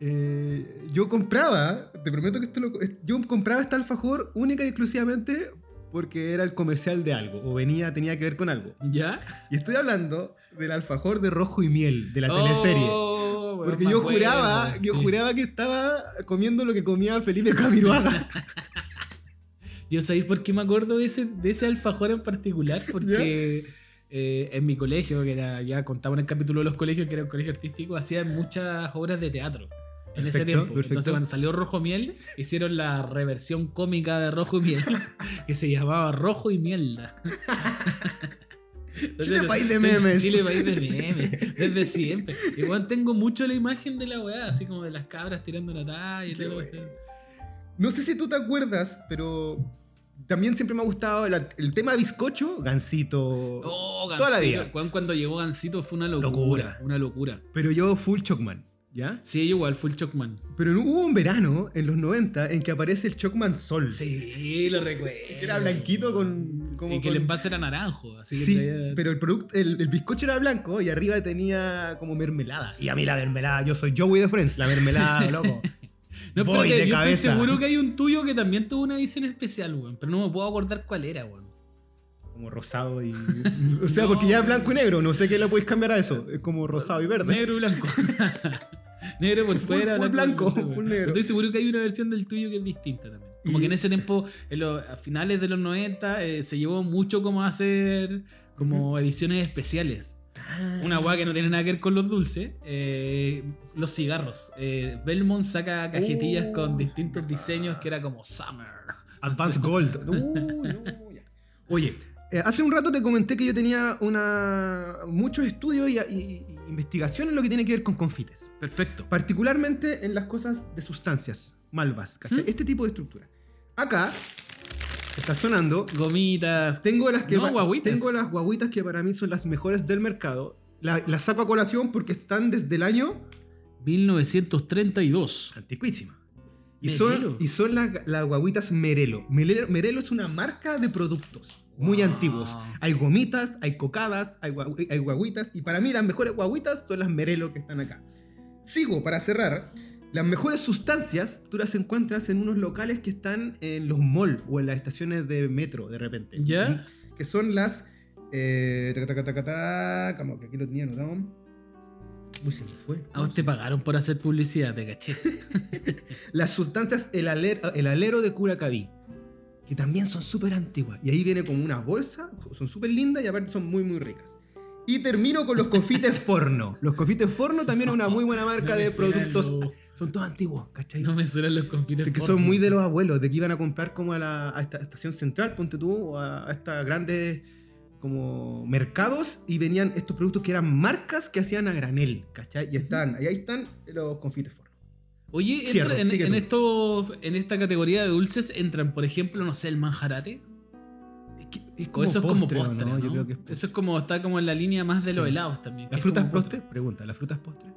Eh, yo compraba, te prometo que esto lo... Yo compraba este alfajor única y exclusivamente porque era el comercial de algo, o venía, tenía que ver con algo.
¿Ya?
Y estoy hablando del alfajor de rojo y miel de la
Oh,
teleserie.
weón,
Porque
me
yo
acuerdo,
juraba,
weón,
yo
sí.
juraba que estaba comiendo lo que comía Felipe
(laughs)
Camiroaga.
Yo sabéis por qué me acuerdo de ese, de ese alfajor en
(laughs)
particular, porque eh, en mi colegio, que era, ya contaba en el capítulo de los colegios, que era un colegio artístico, hacían muchas obras de teatro. En ese
Perfecto,
tiempo. Entonces,
perfecto.
cuando salió Rojo Miel, hicieron la reversión cómica de
(laughs)
Rojo Miel, que se llamaba Rojo y Mielda. Entonces,
Chile
lo-
país de memes.
Chile país de memes, desde siempre. Igual tengo mucho la imagen de la weá, así como de las cabras tirando la talla y
Qué
todo lo
bueno.
que-
No sé si tú te acuerdas, pero también siempre me ha gustado el, el tema de bizcocho, gansito.
Oh, Gansito.
Toda la vida.
Juan, cuando llegó Gansito fue una locura,
Locura.
Una locura.
Pero yo full Chocman, ¿ya?
Sí, yo igual fue el Chocman.
Pero no hubo un verano en los 90 en que aparece el Chocman Sol.
Sí, lo recuerdo.
Que era blanquito con- como
y que
con-
el envase era naranjo. Así que
Sí,
traía-
pero el producto, el, el bizcocho era blanco y arriba tenía como mermelada. Y a mí la mermelada, yo soy Joey de Friends, la
(laughs)
mermelada, loco.
No,
voy
espérate,
de
yo
cabeza.
estoy seguro que hay un tuyo que también tuvo una edición especial, weón. Pero no me puedo acordar cuál era, weón.
Como rosado y. (laughs) O sea,
No,
porque ya es
no.
blanco y negro, no sé qué le podéis cambiar a eso. Es como rosado y verde.
Negro y blanco. (laughs) negro por fuera.
full blanco,
por dentro,
full
weón.
negro.
Estoy seguro que hay una versión del tuyo que es distinta también. Como
Y-
que en ese tiempo, en los- a finales de los 90, eh, se llevó mucho como a hacer como ediciones especiales.
Ah.
Una weá que no tiene nada que ver con los dulces. eh, los cigarros. Eh, Belmont saca cajetillas
Uh,
con distintos
verdad.
diseños que era como Summer.
Advance
(laughs)
Gold. Uy, no, ya. Oye, eh, hace un rato te comenté que yo tenía una muchos estudios y, y- y investigación en lo que tiene que ver con confites.
Perfecto.
Particularmente en las cosas de sustancias, malvas, ¿cachai? Este tipo de estructura. Acá está sonando
Gomitas.
Tengo las que
No,
pa-
guagüitas.
tengo las guaguitas que para mí son las mejores del mercado. La- las saco a colación porque están desde el año
1932.
antiquísima. Y
Merelo.
son, y son las, las guaguitas Merelo. Merelo. Merelo es una marca de productos muy
Wow.
antiguos. Hay gomitas, hay cocadas, hay, guagui- hay guaguitas. Y para mí las mejores guaguitas son las Merelo que están acá. Sigo, para cerrar. Las mejores sustancias tú las encuentras en unos locales que están en los malls o en las estaciones de metro de repente. ¿Mm?
¿Ya?
que son las. Eh, taca, taca, taca, taca, como que aquí lo tenía anotado. Uy, se me fue.
A vos te pagaron por hacer publicidad, te caché.
Las sustancias, el, aler- el alero de Curacaví, que también son súper antiguas. Y ahí viene como una bolsa, son súper lindas y aparte son muy, muy ricas. Y termino con los
(laughs)
confites Forno. Los confites Forno también es una muy buena marca
No me
de
suena
productos.
lo-
Son todos antiguos, ¿cachai?
No me suenan los confites.
Así que
Forno.
son muy de los abuelos, de que iban a comprar como a la a esta estación central, ponte tú, o a, a estas grandes como mercados y venían estos productos que eran marcas que hacían a granel, ¿cachai? Y están, y ahí están los confites Forno.
Oye, entra-
Cierro,
en,
sigue
en
tú.
estos- en esta categoría de dulces entran, por ejemplo, no sé, el manjarate.
Es, que, es
O eso es como
postre, ¿o
postre.
¿no? Yo
¿no?
creo que es postre.
Eso es como, está como en la línea más de los
Sí.
helados también. que
¿Las
es
frutas
como
postre? Pregunta, ¿las frutas postre?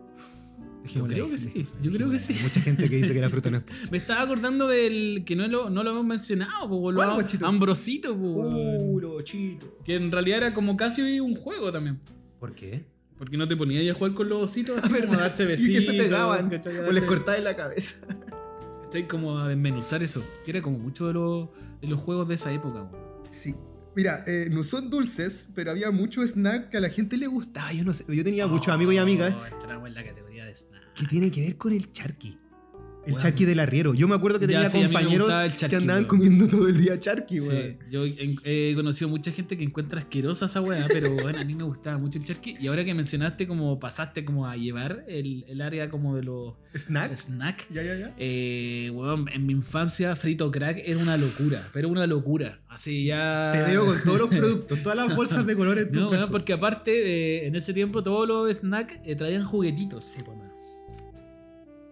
Dejémosla
creo
ahí,
que sí,
dejémosla
yo creo que
ahí.
sí.
Hay mucha gente que dice que la fruta no (laughs) es postre.
Me estaba acordando del que no lo, no lo hemos mencionado, po, lo
¿Cuál, guachito? Uh.
Ambrosito, po, weón.
chito.
que en realidad era como casi un juego también.
¿Por qué?
Porque no te ponías ahí a jugar con los
(laughs)
ositos, así como a darse
Y
besitos.
que se pegaban
¿cachai? A
o les
darse
cortaban la cabeza.
besitos, ¿cachai? Como a desmenuzar eso. Que era como mucho de los, de los juegos de esa época, weón.
Sí. Mira, eh, no son dulces, pero había mucho snack que a la gente le gustaba. Yo no sé, yo tenía muchos amigos pues, y eh. amigas
Oh, entramos en la categoría
(laughs)
de snack.
que tienen que ver con el charqui. El
Bueno.
charqui del arriero. Yo me acuerdo que tenía
Ya, sí, a mí me
compañeros
gustaba el charqui,
que andaban
weón.
comiendo todo el día charqui,
Sí,
weón.
yo he, he conocido mucha gente que encuentra asquerosa esa weá, pero bueno, a mí me gustaba mucho el charqui. Y ahora que mencionaste como pasaste como a llevar el, el área como de los
¿Snacks?
snack,
Ya, ya, ya.
eh, weón, en mi infancia frito crack era una locura, pero una locura. Así ya...
Te veo con todos los productos, todas las bolsas de colores en tus
No, weón,
brazos.
porque aparte eh, en ese tiempo todos los snacks eh, traían juguetitos.
Sí, pues, mano.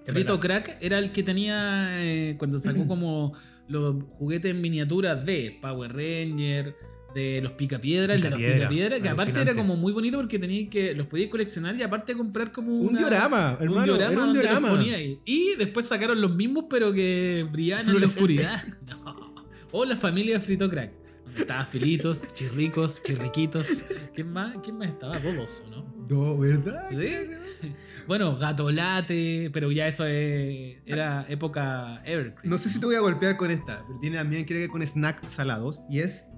Es
Frito
verdad.
Crack era el que tenía eh,
(clears throat)
cuando sacó como los juguetes en miniatura de Power Ranger, de los Picapiedra, el de los
Picapiedra,
Picapiedra, que aparte
alucinante.
era como muy bonito porque tenías que los podías coleccionar y aparte comprar como
Un
una-
diorama, hermano. era un
donde los
diorama.
ponía ahí. Y después sacaron los mismos pero que brillaban en la oscuridad.
Fluorescentes.
(laughs) No. O la familia Frito Crack. Donde estaba Filitos, Chirricos, Chirriquitos. ¿Quién más? ¿Quién más estaba? Bobos, ¿o no?
No, ¿verdad?
Sí. (laughs) Bueno, gatolate, pero ya eso es- era época Evergreen.
No sé si te voy a golpear con esta, pero tiene también que ver con snacks salados y es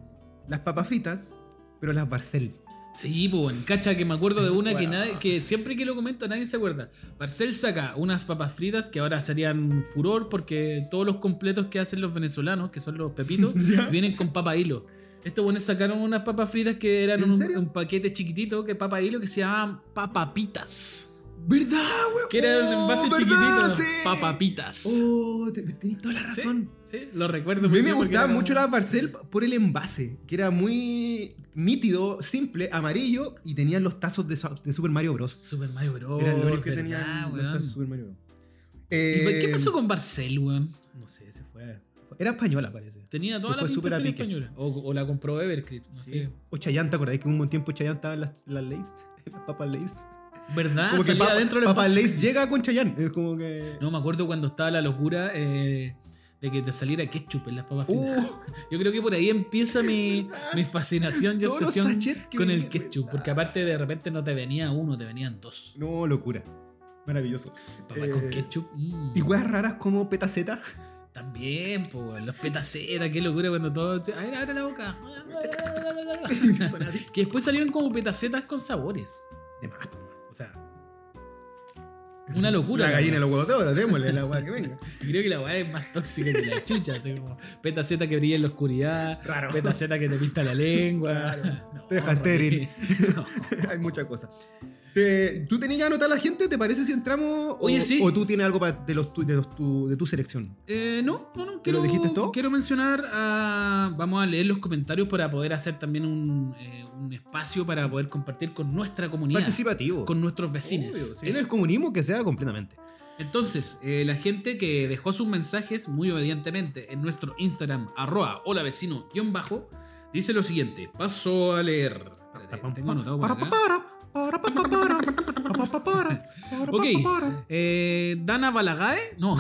las papas fritas, pero las Barcel.
Sí, pues bueno, cacha que me acuerdo de una que
Bueno.
nadie, que siempre que lo comento nadie se acuerda. Marcel saca unas papas fritas que ahora serían furor porque todos los completos que hacen los venezolanos, que son
(laughs)
los pepitos, vienen con papa hilo. Estos buenos sacaron unas papas fritas que eran
¿En
un,
serio?
un paquete chiquitito que papa hilo que se llamaban papapitas.
¿Verdad, güey?
Que eran en base chiquitito, papapitas.
Oh, te- tenés toda la
Sí,
razón.
Sí, lo recuerdo.
A
muy
mí me
bien porque
gustaba
era
mucho
como-
las Barcel por el envase, que era muy nítido, simple, amarillo y tenían los tazos de, Su- de Super Mario Bros.
Super Mario Bros.
Eran los únicos Oh, que
¿verdad,
tenían los
Ah, weón?
tazos de Super Mario Bros.
¿Y
Eh,
¿Qué pasó con Barcel, weón?
No sé, se fue. Era española, parece.
Tenía toda
Se
la
fue súper a
pinta
pique.
española. O, o la compró Evercrit. No sé.
O Chayanne, ¿te acordás que un buen tiempo Chayanne estaba en las, las Lays? (laughs) Las papas Lays.
¿Verdad?
como que
Ah, Salía
Papa,
adentro del
Papa
envase.
Lays llega con Chayanne. Es como que...
No, me acuerdo cuando estaba la locura eh, de que te saliera ketchup en las papas (laughs) fritas.
Uh,
Yo creo que por ahí empieza mi, mi fascinación y
todos los
obsesión
sachets que
con el
venían,
ketchup.
¿verdad?
Porque aparte de repente no te venía uno, te venían dos.
No, locura. Maravilloso.
Papas con
Eh,
ketchup. mm.
Y weas raras como (laughs)
(laughs)
petaceta.
También, po, weón. los petacetas, qué locura cuando todo. A ver, abre la boca. que después salieron como petacetas con sabores.
De más, po, o sea.
Una locura.
La
la
gallina de
verdad.
los huevos de oro, démosle la wea que venga.
Creo que la weá es más tóxica que la chucha. Así como petaceta que brilla en la oscuridad,
Raro.
petaceta que te pinta la lengua.
Claro.
(laughs) No,
Te deja estéril.
(laughs) no.
Hay muchas cosas. Te- ¿Tú tenías ya anotada la gente? ¿Te parece si entramos? O,
Oye, sí.
¿O tú tienes algo para de, los tu- de, los tu- de tu selección?
Eh, no, no, no.
¿Pero
Quiero,
dijiste todo?
quiero mencionar a- Vamos a leer los comentarios para poder hacer también un, eh, un espacio para poder compartir con nuestra comunidad.
Participativo.
Con nuestros vecinos.
Obvio, si
Eso.
viene el comunismo que sea completamente.
Entonces, eh, la gente que dejó sus mensajes muy obedientemente en nuestro Instagram, arroba hola vecino guión bajo, dice lo siguiente. Paso a leer. Espérate, tengo anotado por acá. Ok. (laughs) Eh, Dana Balagae, no.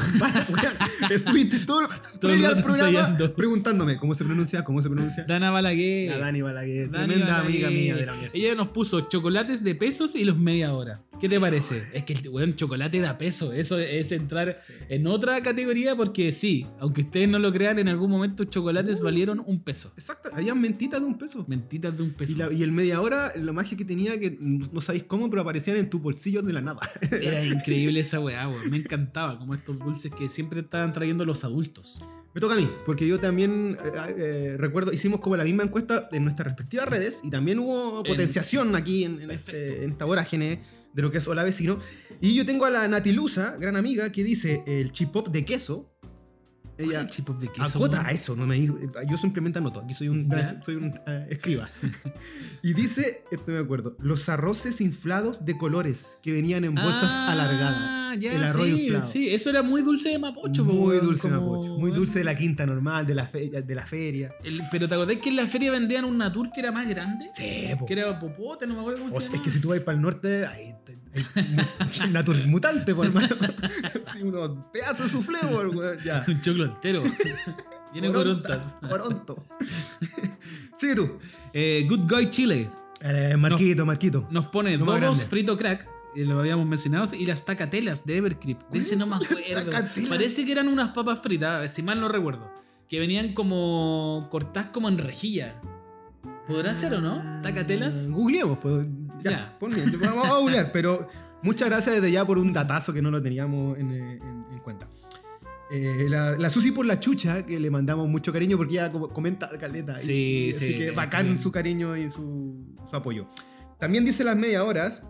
(laughs)
Estuviste todo,
Todo
todo
el
el
rato
programa
ensayando.
preguntándome cómo se pronuncia, cómo se pronuncia.
Dana Balaguer.
La Dani Balaguer,
Dani
tremenda
Balaguer.
amiga mía de la universidad.
Ella nos puso chocolates de pesos y los media hora. ¿Qué te parece? Es que el weón, chocolate da peso. Eso es entrar en otra categoría porque sí, aunque ustedes no lo crean, en algún momento
Uh.
chocolates valieron un peso.
Exacto, habían mentitas de un peso.
Mentitas de un peso.
Y, la- y el media hora, la magia que tenía, que no sabéis cómo, pero aparecían en tus bolsillos de la nada. (laughs)
Era increíble esa weá, weón. Me encantaba, como estos dulces que siempre estaban trayendo los adultos.
Me toca a mí, porque yo también eh, eh, recuerdo, hicimos como la misma encuesta en nuestras respectivas redes y también hubo potenciación aquí en, en este, en esta vorágine de lo que es Hola Vecino. Y yo tengo a la Natilusa, gran amiga, que dice el chip pop de queso.
¿Cuál es
Ella
el chip de queso,
acota
weón?
a Ah, eso, no me, eh, yo simplemente anoto, aquí soy un,
Ya.
soy un eh,
(laughs)
escriba. y dice, este me acuerdo, los arroces inflados de colores que venían en bolsas
Ah,
alargadas.
ya,
el arroyo
sí,
inflado.
sí, eso era muy dulce de mapocho, po,
Muy
weón,
dulce,
como- Eh,
Mapocho. Muy dulce de la quinta normal, de la, fe- de la feria.
El- pero te acordás que en la feria vendían un Natur que era más grande?
Sí, po.
Que era popote, no me acuerdo cómo
O
se
sea,
llama.
es que si tú vas para el norte, hay, hay (laughs) natur- mutante, por
(laughs)
hermano. Sí, unos pedazos de suflé, por weón. Ya.
(laughs) Un
(laughs)
choclo entero. Tiene corontas.
Coronto. (laughs) Sigue tú.
Eh, Good Guy Chile
Eh, Marquito, Marquito.
nos pone
No más
dos
grande.
frito crack. eh, Lo habíamos mencionado, y las tacatelas de Evercreep. De ese no me acuerdo.
Tacatelas.
Parece que eran unas papas fritas, eh, si mal no recuerdo. Que venían como cortadas como en rejilla. ¿Podrá ser o no? ¿Tacatelas?
Ah, Googleemos, pues. Ya,
Ya.
ponle, vamos a
(laughs)
googlear, pero muchas gracias desde ya por un datazo que no lo teníamos en, eh, en- en cuenta. Eh, la, la Susi por la chucha, que le mandamos mucho cariño porque ella como- comenta caleta. y-
Sí,
y- Así
sí,
que
sí.
bacán su cariño y su, su apoyo. También dice las media horas,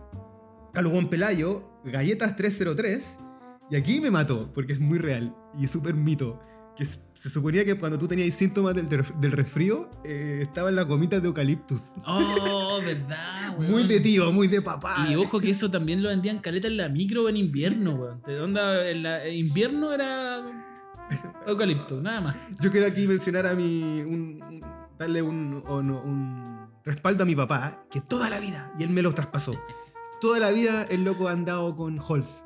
Calugón Pelayo, Galletas 303. Y aquí me mató, porque es muy real y es súper mito. Que s- se suponía que cuando tú tenías síntomas del, del, del resfrío, eh, estaban las gomitas de eucaliptus.
Oh, verdad,
(laughs)
weón.
Muy de tío, muy de papá.
Y ojo que eso también lo vendían caleta en la micro en invierno, weón. De onda, en la- en invierno era eucalipto, nada más.
Yo quiero aquí mencionar a mi. un- un- darle un, o no, un respaldo a mi papá, que toda la vida, y él me lo traspasó. Toda la vida el loco ha andado con Halls.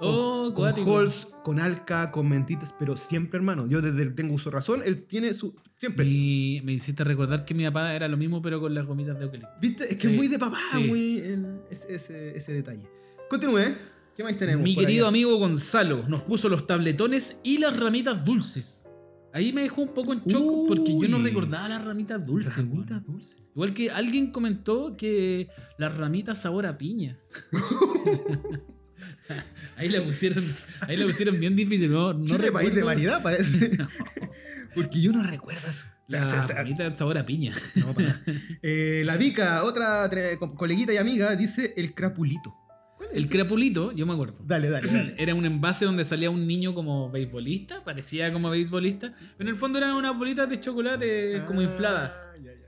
Oh,
con
cuático.
Halls, con Alca, con Mentitas, pero siempre, hermano. Yo desde el tengo uso razón, él tiene su. Siempre.
Mi- me hiciste recordar que mi papá era lo mismo, pero con las gomitas de eucalipto.
¿Viste? Es que
Sí,
es muy de papá,
sí.
muy. el- es- ese, ese detalle. Continúe. ¿eh? ¿Qué más tenemos?
Mi
por
querido
acá?
amigo Gonzalo nos puso los tabletones y las ramitas dulces. Ahí me dejó un poco en shock
Uy.
porque yo no recordaba las ramitas dulces.
Ramita
weón.
dulce.
Igual que alguien comentó que las ramitas sabor
(laughs)
a piña. ahí la pusieron, ahí la pusieron bien difícil. No, no
Chile, país de
recuerdo-
variedad, parece.
(laughs)
Porque yo no recuerdo eso. O (laughs) sea,
Las
se- se-
ramitas sabor a
(laughs)
piña.
No, para nada. Eh, la Vika, otra tre- co- coleguita y amiga, dice el crapulito. ¿Cuál es
El
ese?
crapulito, yo me acuerdo.
Dale, dale, dale.
Era un envase donde salía un niño como beisbolista, parecía como beisbolista, pero en el fondo eran unas bolitas de chocolate como
Ah,
infladas.
ya, ya.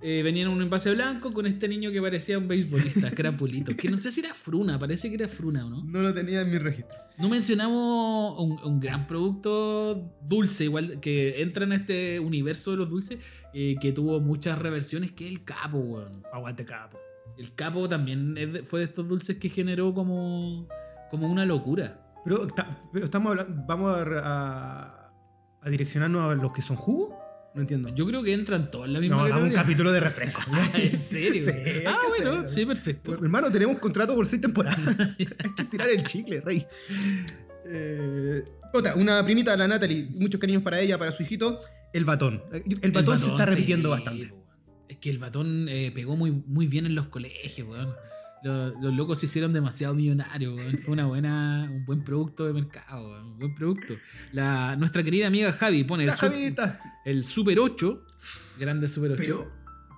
Eh, venían en un envase blanco con este niño que parecía un beisbolista, que era Pulito, que no sé si era fruna, parece que era fruna o no.
No lo tenía en mi registro.
No mencionamos un, un gran producto dulce, igual que entra en este universo de los dulces, eh, que tuvo muchas reversiones, que es el capo, weón.
Aguante capo.
El capo también es de- fue de estos dulces que generó como, como una locura.
Pero, ta- pero estamos hablando. Vamos a, re- a- a direccionarnos a los que son jugos. No entiendo.
Yo creo que entran todos en la misma
no, hagamos un
(laughs) categoría. Ah,
capítulo de refresco.
¿En serio?
(laughs) Sí, hay
ah,
que
bueno,
hacerlo.
sí, perfecto.
Pues, Hermano, tenemos contrato por seis temporadas. (laughs) Hay que tirar el chicle, rey. Eh, otra, una primita, la Natalie. Muchos cariños para ella, para su hijito. El batón. El batón, se está
batón,
repitiendo
sí,
bastante.
po, weón. Es que el batón eh, pegó muy, muy bien en los colegios, weón. Lo- Los, locos se hicieron demasiado millonarios, weón. Fue una buena, un buen producto de mercado, weón. un buen producto. La, nuestra querida amiga Javi pone el,
La
sup-
Javita.
el Super 8, grande Super 8.
Pero,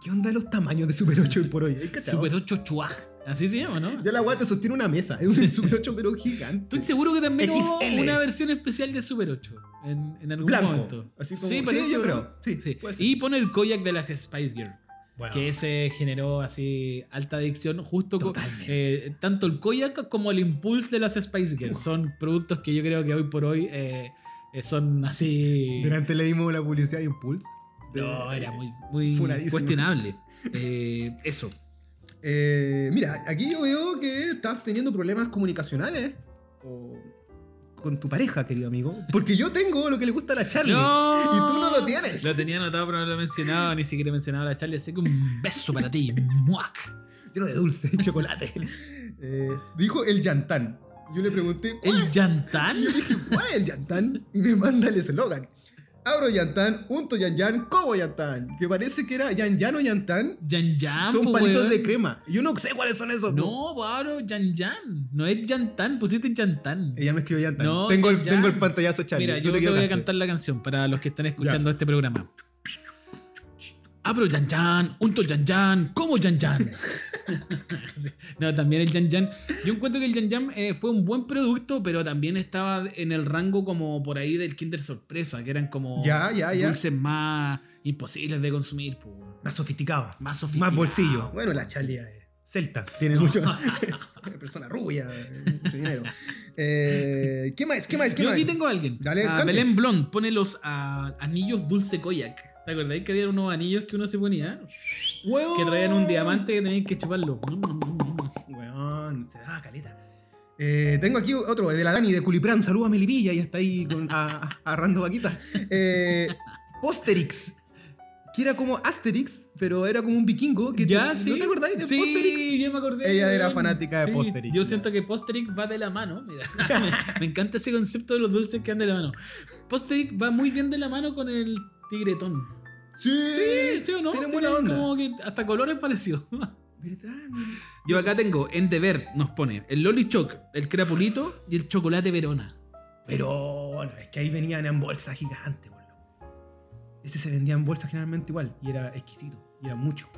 ¿qué onda los tamaños de Super 8 hoy por hoy? Hay cachado.
Super 8 Chua. Así se llama, ¿no?
Ya la guata sostiene una mesa. Es un Super 8 pero gigante.
Estoy seguro que también hubo
XL.
una versión especial de Super 8 en, en algún
Blanco.
momento.
Así como- sí,
parece,
yo
¿no?
creo. Sí,
Sí.
puede ser.
Y pone el koyak de las Spice Girls.
Bueno,
Que ese generó así alta adicción, justo con,
Totalmente.
eh, tanto el koyak como el impulse de las Spice Girls. Son productos que yo creo que hoy por hoy eh, eh, son así.
Durante leímos la publicidad de Impulse. De-
No, era muy, muy
Funadísimo.
cuestionable. Eh, eso.
Eh, mira, aquí yo veo que estás teniendo problemas comunicacionales. O con tu pareja, querido amigo. Porque yo tengo lo que le gusta a la Charlie. Y tú no lo tienes.
Lo tenía anotado, pero no lo mencionaba, ni siquiera mencionaba a la Charlie. Así que un beso para ti. Muac.
Lleno de dulce (laughs) y chocolate. Eh, dijo el llantán.
(laughs)
Yo le pregunté, ¿cuál
¿El llantán?
Yo dije, ¿cuál es el Yantan? Y me manda el eslogan. Abro Yantan, unto Yan Yan, como Yantan. Que parece que era Yan Yan o Yantan.
Yan Yan,
Son
po,
palitos
weón.
de crema. Yo no sé cuáles son esos. po.
No, claro, Yan Yan. No es Yantan, pusiste Yantan.
Ella me escribió Yantan.
No,
tengo, el,
Yan Yan.
tengo el pantallazo, Charlie.
Mira,
Tú
yo te, voy a
equivocaste.
cantar la canción para los que están escuchando este programa. Abro Yan Yan, unto Yan Yan, como Yan Yan. (laughs) Sí. no, también el Yan Yan. Yo encuentro que el Yan Yan eh, fue un buen producto, pero también estaba en el rango como por ahí del Kinder Sorpresa, que eran como
Ya, ya, ya.
dulces más imposibles de consumir, po, weón.
Más sofisticado.
más
Más
sofisticados.
bolsillo. Bueno, la Charlie es celta. Tiene (laughs) mucho. persona rubia. Mucho dinero. Eh, ¿Qué más? ¿Qué más? ¿Qué
Yo
más?
aquí tengo a alguien.
Dale,
a
cante.
Belén Blond pone los ah, anillos dulce koyak. ¿Te acordáis que había unos anillos que uno se ponía?
Weón.
Que traían un diamante que tenían que chuparlo.
Weón, se
Ah,
da caleta. Eh, tengo aquí otro, de la Dani de Culiprán. Saluda a Melipilla y está ahí con, a, a- agarrando vaquitas. Eh, Posterix. Que era como Asterix, pero era como un vikingo. Que
¿Ya?
te-
sí.
¿No te acordáis de
sí,
Posterix?
yo me acordé.
Ella
weón.
era fanática de Posterix,
Yo
weón.
siento que Posterix va de la mano. Mira, (laughs) me, me encanta ese concepto de los dulces que van de la mano. Posterix va muy bien de la mano con el tigretón.
Sí.
Sí, sí o no.
Tienen buena
Tienen
onda.
Como que hasta colores parecidos.
¿Verdad? man?
Yo acá tengo en deber, nos pone el lolichoc, el crapulito y el chocolate Verona.
Pero bueno, es que ahí venían en bolsa gigante, por loco. Este se vendía en bolsa generalmente igual y era exquisito, y era mucho.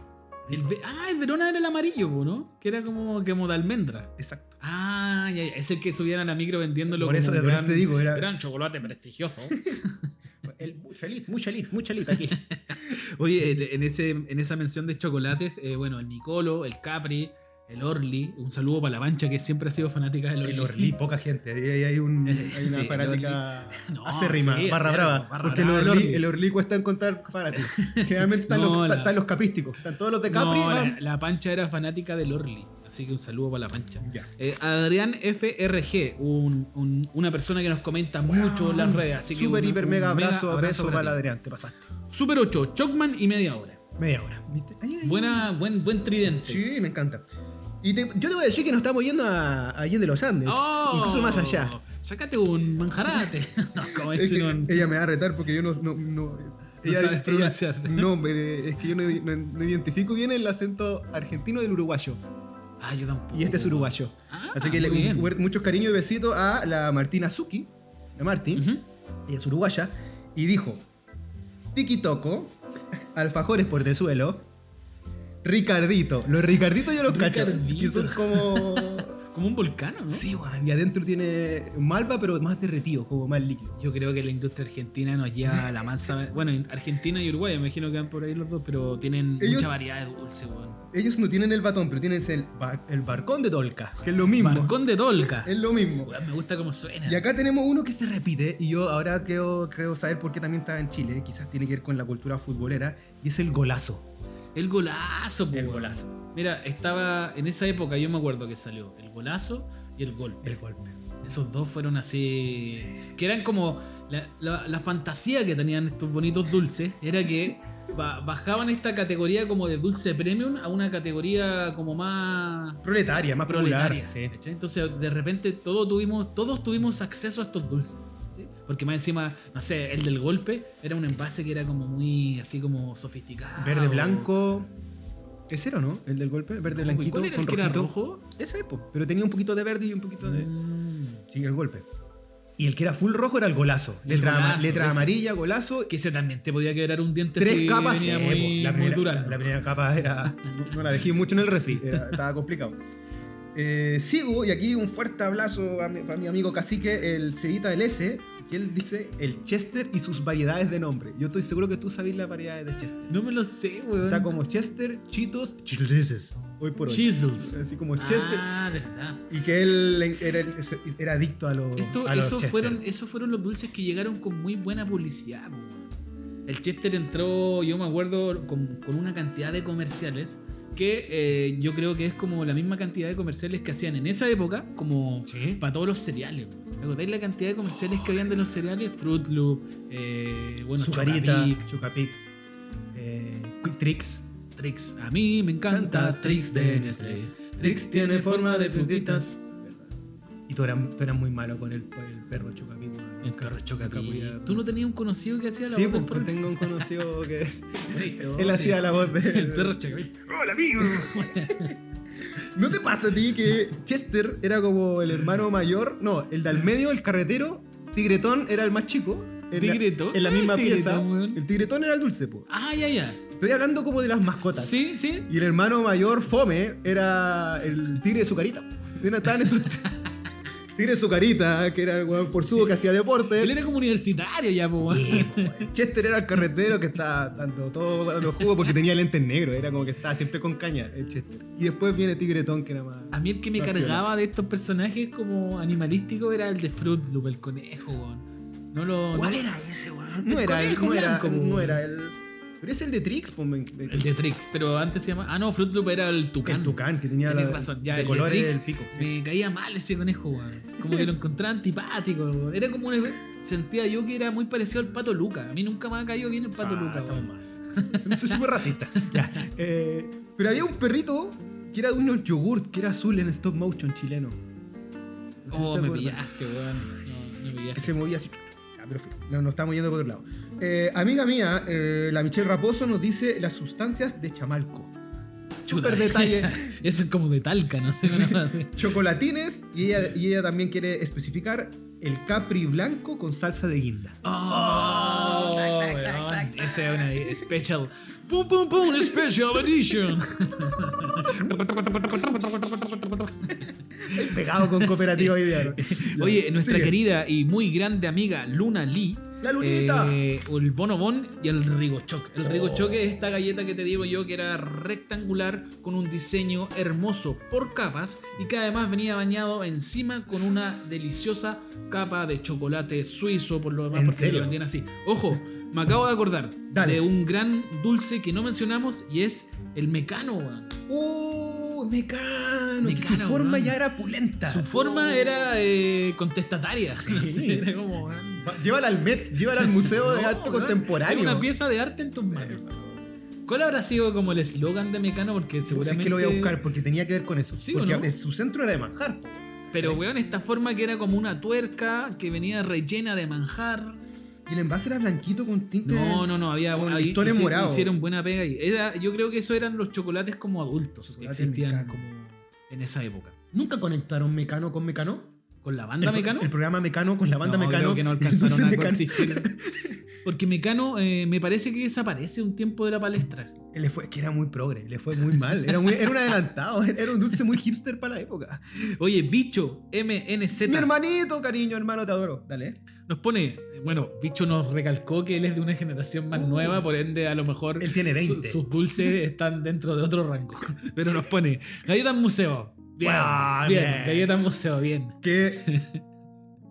El ve- ah, el Verona era el amarillo, po, ¿no? Que era como, como de almendra.
Exacto.
Ah, ya, ya, es el que subían a la micro vendiéndolo.
Por eso,
como un
por eso te digo, era
gran chocolate prestigioso.
el- mucha elite, mucha elite, mucha elite aquí.
(laughs) Oye, en, en ese, en esa mención de chocolates, eh, bueno, el Nicolo, el Capri, el Orly. Un saludo para la pancha que siempre ha sido fanática del Orly.
El Orly, poca gente. Ahí ahí hay, un- hay una
(laughs) Sí, el
fanática
No,
acérrima,
sí,
barra
acérrimo,
brava.
barra
porque
brava,
el,
el
Orly,
Orly.
el Orly cuesta encontrar fanáticos. Generalmente están,
(laughs) No,
los,
la-
están los caprísticos. Están todos los de
No,
Capri. ah.
la,
van-
la pancha era fanática del Orly. Así que un saludo para la pancha.
Ya.
Eh, Adrián FRG, un- un- una persona que nos comenta mucho en las redes. Así que
Super,
un-
hiper,
un
mega abrazo, beso
ti.
para la Adrián. Te pasaste.
Super 8, Chocman y media hora.
Media hora. ¿viste? Ay, ay,
Buena, buen, buen tridente.
Sí, me encanta. Y te- yo te voy a decir que nos estamos yendo a, a Allende los Andes,
¡Oh!
incluso más allá.
Sacate un manjarate. (laughs) no, como
Es
decir
que
un-
ella me va a retar porque yo no. no, no-
sabes pronunciar.
no, me- es que yo no, no- no identifico bien el acento argentino del uruguayo.
Ah, yo tampoco.
Y este es uruguayo.
Ah,
Así que
muy
le,
bien.
un fuerte- muchos cariños y besitos a la Martina Suki, la Marti,
Ujú.
ella es uruguaya, y dijo: Tiki Toco, alfajores por el suelo, Ricardito. Los Ricarditos yo los cacho.
Ricardito.
Que son
(laughs)
como.
Como un volcán, ¿no?
Sí, weón. Y adentro tiene malva, pero más derretido, como más líquido.
Yo creo que la industria argentina nos lleva a la
(laughs)
mansa. Bueno, en Argentina y Uruguay, me imagino que van por ahí los dos, pero tienen
Ellos-
mucha variedad de dulce, weón.
Ellos no tienen el batón, pero tienen el, ba- el barcón de Tolca, que es lo mismo.
Marcón de Tolca.
Es lo mismo.
Weón, me gusta cómo suena.
Y acá tenemos uno que se repite, y yo ahora creo, creo saber por qué también está en Chile, quizás tiene que ver con la cultura futbolera, y es el golazo.
El golazo, po,
El
weón.
golazo.
Mira, estaba en esa época, yo me acuerdo que salió el golazo y el gol.
El golpe.
Esos dos fueron así. Que eran como. La, la- la fantasía que tenían estos bonitos dulces era que ba- bajaban esta categoría como de dulce premium a una categoría como más
Proletaria, más popular.
proletaria.
Sí.
¿cachai? Entonces, de repente, todos tuvimos, todos tuvimos acceso a estos dulces. ¿sí? Porque más encima, no sé, el del golpe era un envase que era como muy así como sofisticado.
Verde, blanco. ¿Ese era, no? El del golpe, verde,
Uy,
blanquito,
¿Cuál era
con
el que era
rojito.
rojo?
Ese, po. pero tenía un poquito de verde y un poquito de...
Mm.
Sí, el golpe. Y el que era full rojo era el golazo.
El
letra ama-
golazo,
letra
ese.
amarilla, golazo.
Que ese también te podía quebrar un diente
tres
si
capas.
venía
eh,
muy,
po, la,
muy
primera,
dura.
la- la primera capa
(laughs)
era. No la dejé mucho en el refri. era- estaba complicado. Eh, sigo, y aquí un fuerte abrazo a mi, a mi amigo cacique, el Cevita del S, que él dice el Chester y sus variedades de nombre. Yo estoy seguro que tú sabes las variedades de Chester.
No me lo sé, weón.
Está como Chester, Chitos, Chilices. Hoy por hoy.
Chisels.
Así como Chester.
Ah, de verdad.
Y que él en- era, era adicto a los.
Esto,
a los
esos,
Chester.
fueron, esos fueron los dulces que llegaron con muy buena publicidad. po, weón. El Chester entró, yo me acuerdo, con, con una cantidad de comerciales que eh, yo creo que es como la misma cantidad de comerciales que hacían en esa época, como
Sí.
para todos los cereales. po. ¿Te acordáis la cantidad de comerciales que habían de los cereales? Fruit Loop, eh, bueno,
Sucarita,
Chocapic,
Chucapic, eh, Quick Tricks.
Trix. A mí me encanta Trix de Nestlé. Trix tiene forma de frutitas.
Y tú eras, tú eras muy malo con el, con el perro Chocapic. weón.
El carro choca
Chocapic.
¿Tú no tenías un conocido que hacía la
Sí,
voz del
pues
perro
tengo un conocido que
(laughs)
es-
Chocapic?
él hacía la voz de
El perro Chocapic.
¡Hola, amigo! ¿No te pasa a ti que Chester era como el
(laughs)
hermano mayor? No, el del medio, el carretero. Tigretón era el más chico. en la-
¿Tigretón?
En la
¿Cuál es
misma
el
pieza.
Tigretón, weón?
El tigretón era el dulce, po.
Ah, ya, ya.
Estoy hablando como de las mascotas.
Sí, sí.
Y el hermano mayor, Fome, era el tigre de su carita. Era tan entu- tigre de su carita, que era el weón por su que hacía deporte.
Él era como universitario ya, pues, po.
Sí, po, weón. Chester era el carretero que estaba dando todo los jugos porque tenía lentes negros. Era como que estaba siempre con caña el Chester. Y después viene Tigretón, que era más.
A mí el que me
Ah,
cargaba de estos personajes como animalísticos era el de Fruit Loop, el conejo, weón. No lo.
¿Cuál
no-
era ese, weón? No era
El
él,
conejo
no era,
blanco,
no
weón.
era él. Pero es el de Trix, pues, me- me-
El de Trix, pero antes se llamaba. Ah, no, Fruit Loop era el tucán.
el Tucán, que tenía
Tenés
la,
razón, ya,
de
el de
colores
Trix.
el pico. sí.
Me caía mal ese conejo, weón. Como que lo encontraba antipático, weón. Era como una vez. Sentía yo que era muy parecido al pato Luca. A mí nunca me ha caído bien el pato
Ah,
Luca,
estamos
weón.
mal. (laughs) Soy súper racista. Ya, eh, pero había un perrito que era de unos yogurt que era azul en stop motion chileno. No sé si
Oh,
te
me
acuerdas.
pillaste, weón. No, no me
que
pillaste.
se movía así. Ya, pero filo, no, nos estamos yendo por otro lado. Eh, amiga mía, eh, la Michelle Raposo nos dice las sustancias de chamalco.
Chuta.
Súper
(laughs)
detalle.
Eso es como de talca, no sé.
(laughs)
una cosa así.
Chocolatines y ella, y ella también quiere especificar el capri blanco con salsa de guinda.
Oh, weón. Esa es una special. ¡Pum, pum, pum! Special Edition.
Pegado
(laughs)
con cooperativa ideal.
Oye, nuestra
Sigue.
querida y muy grande amiga Luna Lee.
La Lunita. Oh.
eh, el Bonobon y el Rigochoc. El Rigochoc es esta galleta que te digo yo que era rectangular con un diseño hermoso por capas y que además venía bañado encima con una deliciosa capa de chocolate suizo por lo demás
¿En
porque
serio?
lo vendían así. Ojo, me acabo de acordar
Dale.
de un gran dulce que no mencionamos y es el mecano. weón.
¡Uh! Mecano. que su
Mecano,
forma
¿no?
ya era pulenta.
Su forma era eh, contestataria. (laughs) No sé, era como, weón,
Llévala al Met, llévala al Museo de
(laughs) No,
Arte
weón.
Contemporáneo.
Era una pieza de arte en tus manos. ¿Cuál habrá sido como el eslogan de Mecano? Porque
Pues
seguramente.
es que lo voy a buscar porque tenía que ver con eso.
Sí, ¿o
porque
no?
a- su centro era de manjar. po.
Pero, weón, esta forma que era como una tuerca que venía rellena de manjar.
Y el envase era blanquito con tinte.
No, no, no, había
Con
ahí
listones
hici-
morados.
Hicieron buena pega ahí. Era- yo creo que eso eran los chocolates como adultos que
Chocolate
existían
Mecano.
como en esa época.
¿Nunca conectaron Mecano con Mecano?
¿Con la banda
el,
Mecano?
El programa Mecano con la banda
No,
Mecano. (laughs)
creo que no
Entonces
alcanzaron a
Mecano-
coexistir. Porque Mecano eh, me parece que desaparece un tiempo de la palestra.
Le fue, que era muy progre, le fue muy mal. Era, muy- era un adelantado, (laughs) era un dulce muy hipster para la época.
Oye, bicho, MNZ.
Mi hermanito, cariño, hermano, te adoro. Dale.
Nos pone, eh, bueno, Bicho nos recalcó que él es de una generación más
Uh.
nueva, por ende a lo mejor
Él tiene 20.
sus
(laughs)
dulces están dentro de otro rango. (laughs) Pero nos pone, galletas museo. Bien,
Bueno,
bien,
bien.
galletas museo, bien. (laughs)
Que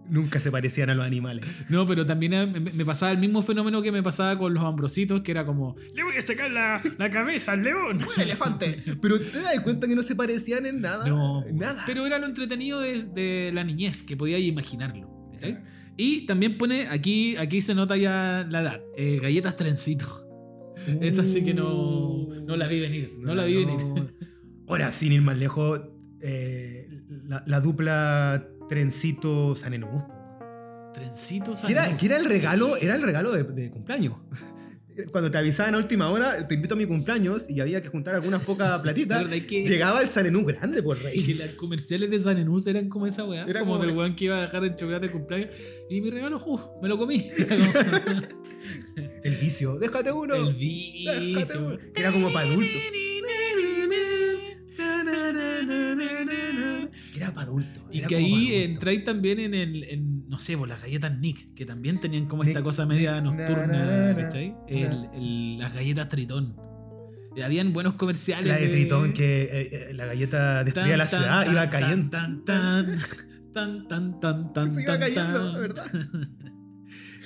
nunca se parecían a los animales.
No, pero también eh, me, me pasaba el mismo fenómeno que me pasaba con los ambrositos, que era como, le voy a sacar la, la cabeza
(laughs)
al león.
¡Fuera elefante! Pero te das cuenta que no se parecían en nada.
No,
nada.
Pero era lo entretenido desde la niñez, que podía imaginarlo. ¿cachai? Y también pone, aquí, aquí se nota ya la edad, eh, galletas trencito. Esa sí que no, no la vi venir. No, la vi venir.
Mm. Ahora, sin ir más lejos, eh, la, la dupla Trencito San Enomús, po.
Trencito
Que era,
Sanón.
que era el regalo, era el regalo de, de cumpleaños. (laughs) Cuando te avisaban a última hora, te invito a mi cumpleaños y había que juntar algunas
(laughs)
pocas
La
platitas.
verdad es que,
Llegaba el Sanenú grande por
es que
rey.
las comerciales de San Enús eran como esa weá.
Era
como,
como-
del weón que iba a dejar el chocolate de cumpleaños. Y mi regalo, uff, me
(laughs)
lo comí.
El vicio, déjate uno.
(laughs) el
déjate
vicio.
uno. Que era como para
(laughs)
adultos. Que era para adultos.
Y
era
que
como
ahí
para adultos.
entráis también en el, en, no sé, por las galletas Nick, que también tenían como
Nick,
esta cosa media
Nick,
nocturna,
na, na, na,
¿cachai?
na.
El- el- las galletas Tritón. Y habían buenos comerciales.
La de Tritón, que eh, eh, la galleta destruía
Tan,
la
tan,
ciudad,
tan,
iba cayendo.
Tan, tan, tan, tan, tan, tan,
(laughs) Se iba
tan,
cayendo,
tan.
¿verdad?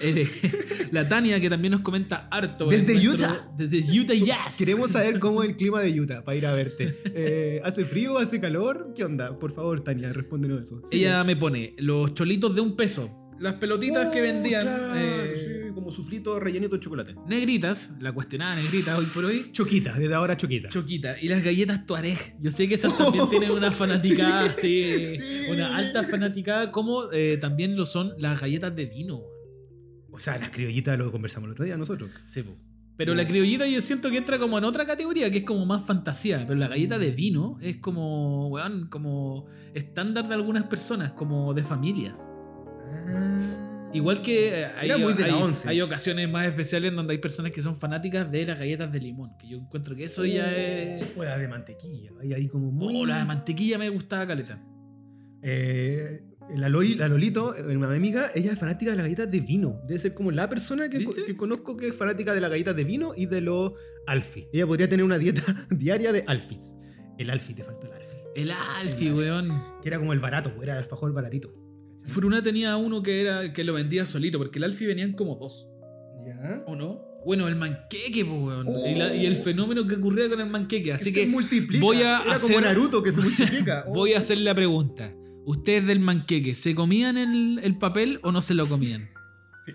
Eh, (laughs) La Tania, que también nos comenta harto.
Desde
en
Utah.
Desde Utah,
(laughs)
yes.
Queremos saber cómo es el clima de Utah para ir a verte. Eh, ¿Hace frío? ¿Hace calor? ¿Qué onda? Por favor, Tania, respóndenos eso. Sí.
Ella me pone los cholitos de un peso. Las pelotitas que vendían.
Oh, Claro,
eh,
sí, como como sufrito rellenito de chocolate.
Negritas, la cuestionada negrita hoy por hoy.
Choquita, desde ahora choquita.
Choquita. Y las galletas Tuareg. Yo sé
(laughs)
que esas también tienen una fanaticada, sí,
Oh, sí.
Una alta fanaticada, como eh, también lo son las galletas de vino. weón.
o sea, las criollitas lo conversamos el otro día nosotros.
Sí, po. Pero la criollita yo siento que entra como en otra categoría, que es como más fantasía. Pero la galleta de vino es como, weón, como estándar de algunas personas, como de familias.
Ah.
Igual que eh, hay,
Era muy de la
hay-
once.
hay ocasiones más especiales en donde hay personas que son fanáticas de las galletas de limón, que yo encuentro que eso
Oh.
ya es...
O la de mantequilla. Ahí, ahí como muy.
Oh, la de mantequilla me gustaba caleta.
Eh, la, Loli- la Lolito, eh, una amiga, ella es fanática de las galletas de vino. Debe ser como la persona que, co-
¿Viste?
que conozco que es fanática de las galletas de vino y de los alfis. Ella podría tener una dieta (laughs) diaria de alfis. El alfi, te faltó el alfi.
El Alfie,
El Alfie.
weón.
Que era como el barato, era el alfajor baratito.
Fruna tenía uno que era que lo vendía solito, porque el Alfie venían como dos,
Ya.
¿o no? Bueno, el manqueque, po, weón.
Oh.
Y, la- y el fenómeno que ocurría con el manqueque. Así
se
que
multiplica.
voy a
era
hacer-
como Naruto
(laughs)
que se multiplica. Oh.
voy a hacer la pregunta. ¿Ustedes del manqueque se comían el, el papel o no se lo comían?
Sí.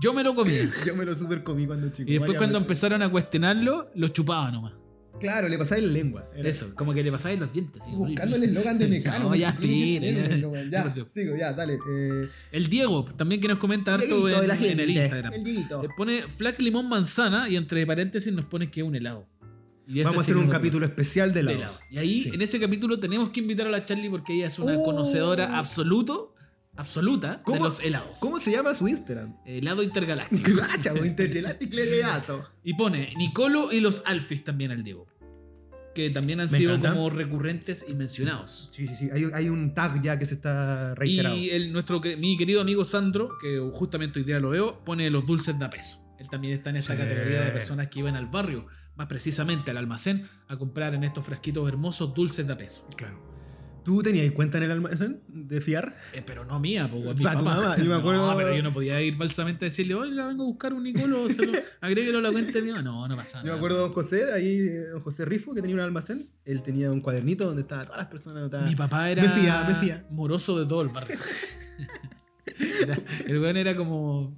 Yo me
(laughs)
lo comía.
Oh, Yo me lo super comí cuando chico.
Y después
varias
cuando
veces.
empezaron a cuestionarlo, lo chupaba nomás.
Claro, le pasaba en la lengua. Era-
Eso, como que le pasaba en los dientes. así,
Buscando el eslogan de
Sí,
Mecano.
no, (laughs) ya,
porque (laughs) tiene que
fin,
tener un
ya.
eslogan. Ya,
Dios.
sigo, ya, dale. Eh,
El Diego, también que nos comenta harto
Dieguito
en,
de la
en
gente.
el Instagram.
El Dieguito.
Le pone flac limón manzana y entre paréntesis nos pone que es un helado. Y ese
Vamos a
sí
hacer
que
un
lo-
capítulo especial de
de
la
helados. Y ahí,
Sí.
en ese capítulo, tenemos que invitar a la Charlie porque ella es una
Oh.
conocedora absoluto, absoluta de
¿Cómo-
los helados.
¿Cómo se llama su (laughs) Instagram?
Helado intergaláctico.
(laughs) Gacha, bo, Intergaláctico Leato.
y pone Nicolo y los Alfis también al Diego. Que también han
Me
sido
encanta.
como recurrentes y mencionados.
Sí, sí, sí. Hay, hay un tag ya que se está reiterado.
Y eh, el, nuestro, que- mi querido amigo Sandro, que justamente hoy día lo veo, pone los dulces de a peso. Él también está en esa
Sí.
categoría de personas que iban al barrio, más precisamente al almacén, a comprar en estos frasquitos hermosos dulces de a peso.
Claro. ¿Tú tenías cuenta en el almacén de fiar?
Eh, pero no mía, pues,
O sea, tu mamá, yo me acuerdo-
(laughs) No, pero yo no podía ir falsamente a decirle, oiga, vengo a buscar un Nicolo,
(laughs)
se lo- agréguelo a la cuenta mía. No, no pasa nada.
Yo me acuerdo de don José, ahí, eh, don José Rifo, que tenía un almacén. Él tenía un cuadernito donde estaban todas las personas anotadas.
Mi papá era
Ah, Me fía, me fía.
moroso de todo el barrio. (laughs) Era- el weón era como.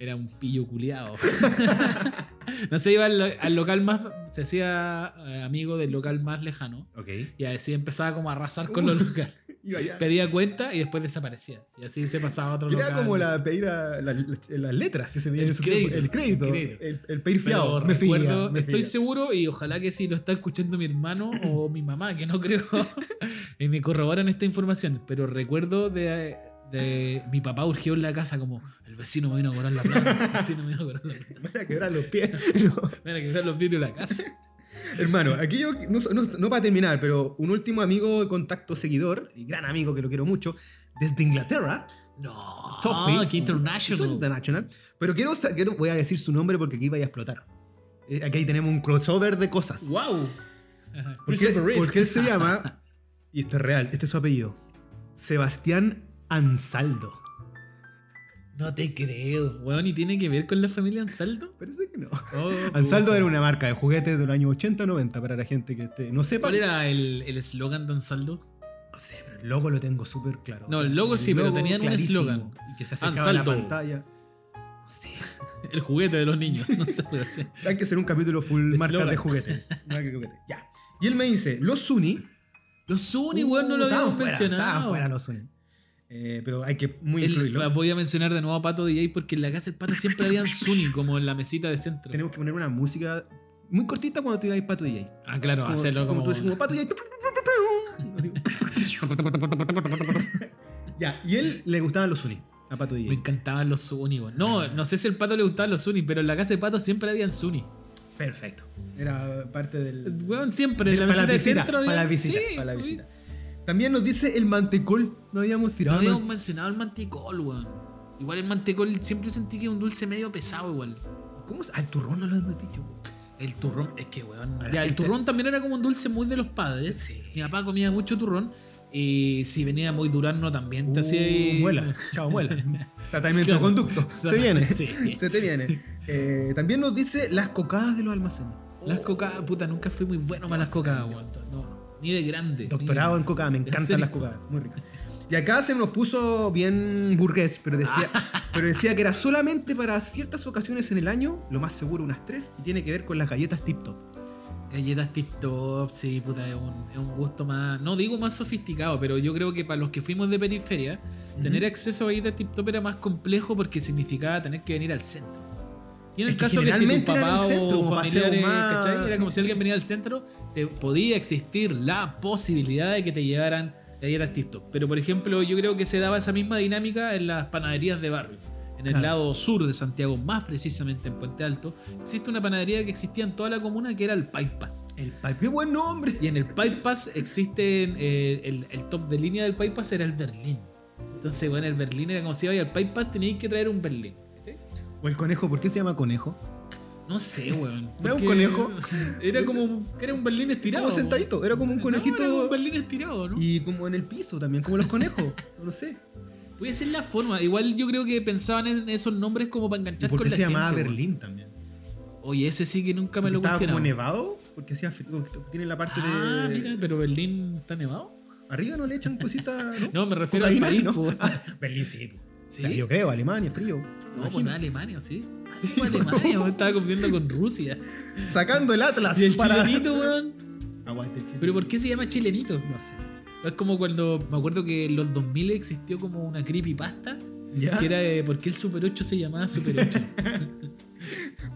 Era un pillo culiado. (laughs) no se iba al, lo- al local más. Se hacía eh, amigo del local más lejano.
Ok.
Y así empezaba como a arrasar con
Uh.
los locales.
(laughs) Iba allá.
Pedía cuenta y después desaparecía. Y así se pasaba a otro
Que
local.
era como la, pedir a- la- las letras que se veían
El
en su tiempo.
crédito,
El crédito.
el
El,
crédito.
el pedir
Pero
fiado. Me fía,
recuerdo,
me
estoy
fía.
seguro y ojalá que si lo está escuchando mi hermano o mi mamá, que no creo, (laughs) y me corroboran esta información, pero recuerdo de, de mi papá urgió en la casa como, el vecino me vino a cobrar la plata, el vecino me vino a cobrar la plata,
(laughs) Me van a quebrar los pies. (laughs) No.
me van a quebrar los vidrios de la casa.
Hermano, aquí yo, no, no, no para terminar, pero un último amigo, de contacto, seguidor, y gran amigo que lo quiero mucho, desde Inglaterra,
No,
Toffee.
que Ah, international.
International, pero quiero, sa- quiero, voy a decir su nombre porque aquí vaya a explotar. Eh, Aquí tenemos un crossover de cosas.
Wow.
Porque, porque él
(laughs)
se llama, y esto es real, este es su apellido, Sebastián Ansaldo.
No te creo. Weón, ¿y tiene que ver con la familia Ansaldo?
Parece
(laughs)
que no.
Oh,
Ansaldo
puta.
era una marca de juguetes de los años 80-90 para la gente que esté- no sepa.
¿Cuál era el el eslogan de Ansaldo?
No sé, pero el logo lo tengo súper claro.
No, el logo sí, pero tenían un
clarísimo,
eslogan. Ah,
Y que se acercaba a la
Ansaldo.
pantalla.
El juguete de los niños. No sé, pero sí.
Hay que hacer un capítulo full
De
marca
eslogan.
de
(laughs)
juguetes. Marca de juguetes. Ya. Y él me dice, los Suni.
Los Zuni, weón, no lo
Uh, estaban
habíamos
fuera,
mencionado.
Estaban fuera los Suni. Eh, pero hay que muy
El-
incluirlo.
voy a mencionar de nuevo a Pato DJ porque en la casa del Pato siempre habían Zuni como en la mesita de centro.
Tenemos que poner una música muy cortita cuando tú digas Pato DJ.
Ah, claro,
Como,
hacerlo
como
como.
tú dices, como Pato DJ. Así.
(laughs)
(laughs) ya, y él le gustaban los Suni. A Pato
Me
DJ.
encantaban los Zuni, weón. No,
Ah.
no sé si al Pato le gustaban los Zuni, pero en la casa del Pato siempre habían Zuni.
Perfecto. Era parte del...
Eh, Weón, siempre en la
para la
mesita de
visita,
centro.
para la
habían-
visita,
Sí,
para la
uy.
visita. También nos dice el mantecol. No habíamos
No
tirado.
habíamos
man-
mencionado el mantecol, weón. Igual el mantecol siempre sentí que es un dulce medio pesado, igual.
¿Cómo es? Al turrón no lo hemos dicho. güey.
El turrón, es que weón.
A la
Ya, el
gente-
turrón también era como un dulce muy de los padres.
Sí.
Mi papá comía mucho turrón. Y si venía muy durazno también te hacía. ahí-
Uh, muela. Chao,
(laughs)
muela. Tratamiento
Claro.
de conducto. Se viene.
Sí.
Se te viene. Eh, también nos dice las cocadas de los almacenes.
Las cocadas, puta, nunca fui muy bueno para las cocadas, weón. No, ni de grande.
Doctorado
ni
en cocadas, me encantan
serio?
las cocadas. Muy rico. Y acá se nos puso bien burgués, pero
(laughs)
decía, pero decía que era solamente para ciertas ocasiones en el año, lo más seguro unas tres, y tiene que ver con las galletas Tip Top.
Galletas tip top, sí, puta, es un, es un gusto más. No digo más sofisticado, pero yo creo que para los que fuimos de periferia, tener acceso a galletas tip top era más complejo porque significaba tener que venir al centro. Y en
Es
el
que
caso que si tu
generalmente era en el
papá
centro,
o
como paseo
familiares,
más,
¿cachai? Era como
sí,
si alguien venía al centro, te podía existir la posibilidad de que te llevaran galletas tip top. Pero por ejemplo, yo creo que se daba esa misma dinámica en las panaderías de barrio. En el
Claro.
lado sur de Santiago, más precisamente en Puente Alto, existe una panadería que existía en toda la comuna que era el Paipas.
El pal- ¡Qué buen nombre!
Y en el Pipepass existen. eh, el, el top de línea del Pipepass era el Berlín. Entonces, bueno, el Berlín era como si iba al Pipepass teníais que traer un Berlín. ¿cachai?
O el conejo, ¿por qué se llama conejo?
No sé, weón.
¿No era un
porque
conejo?
(laughs) Era como. Era un Berlín estirado.
Como sentadito, era como un
No,
conejito.
era como un Berlín estirado, ¿no?
Y como en el piso también, como los conejos. (laughs) no sé.
Puede ser la forma. Igual yo creo que pensaban en esos nombres como para
¿Y
enganchar
por
con
qué
la
se llamaba
gente, weón.
Berlín también?
Oye, ese sí que nunca me
Porque
lo
estaba como
cuestionaba.
nevado, porque hacía frío, porque tiene la parte
Ah,
de.
mira, pero Berlín está nevado.
Arriba no le echan cositas. ¿no?
(laughs) No, me refiero al
Cocaína,
país,
¿no?
po.
Ah, Berlín sí. po.
Sí.
O sea, yo creo, Alemania, frío.
No, pues
Imagino.
no, Alemania, sí.
Ah,
Así fue Alemania, weón, estaba compitiendo con Rusia.
Sacando el Atlas.
Y el
Ah, para-
chilenito, weón.
(laughs) Aguante el chilenito.
Pero ¿por qué se llama chilenito?
No sé.
Es como cuando. Me acuerdo que en los 2000 existió como una creepypasta.
¿Ya?
Que era de por qué el Super 8 se llamaba Super 8.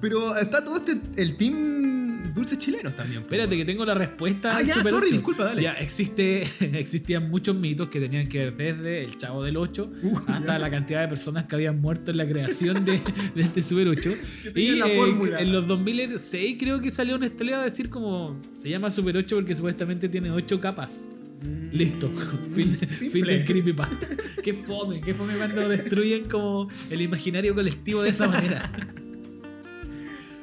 Pero está todo este. El team dulces chilenos también. po.
Espérate, que tengo la respuesta.
Ah,
al
ya,
Super
sorry,
8.
disculpa, dale.
Ya, existe, (laughs) existían muchos mitos que tenían que ver desde el Chavo del 8
Uh,
hasta
ya.
la cantidad de personas que habían muerto en la creación de, de este Super 8.
(laughs) Que tenía
Y
la
eh,
fórmula.
en los 2006 creo que salió una estrella a decir como se llama Super 8 porque supuestamente tiene 8 capas.
Mm,
Listo. (laughs) fin, fin
simple.
del creepypasta. Qué fome, qué fome
(laughs)
cuando destruyen como el imaginario colectivo de esa manera.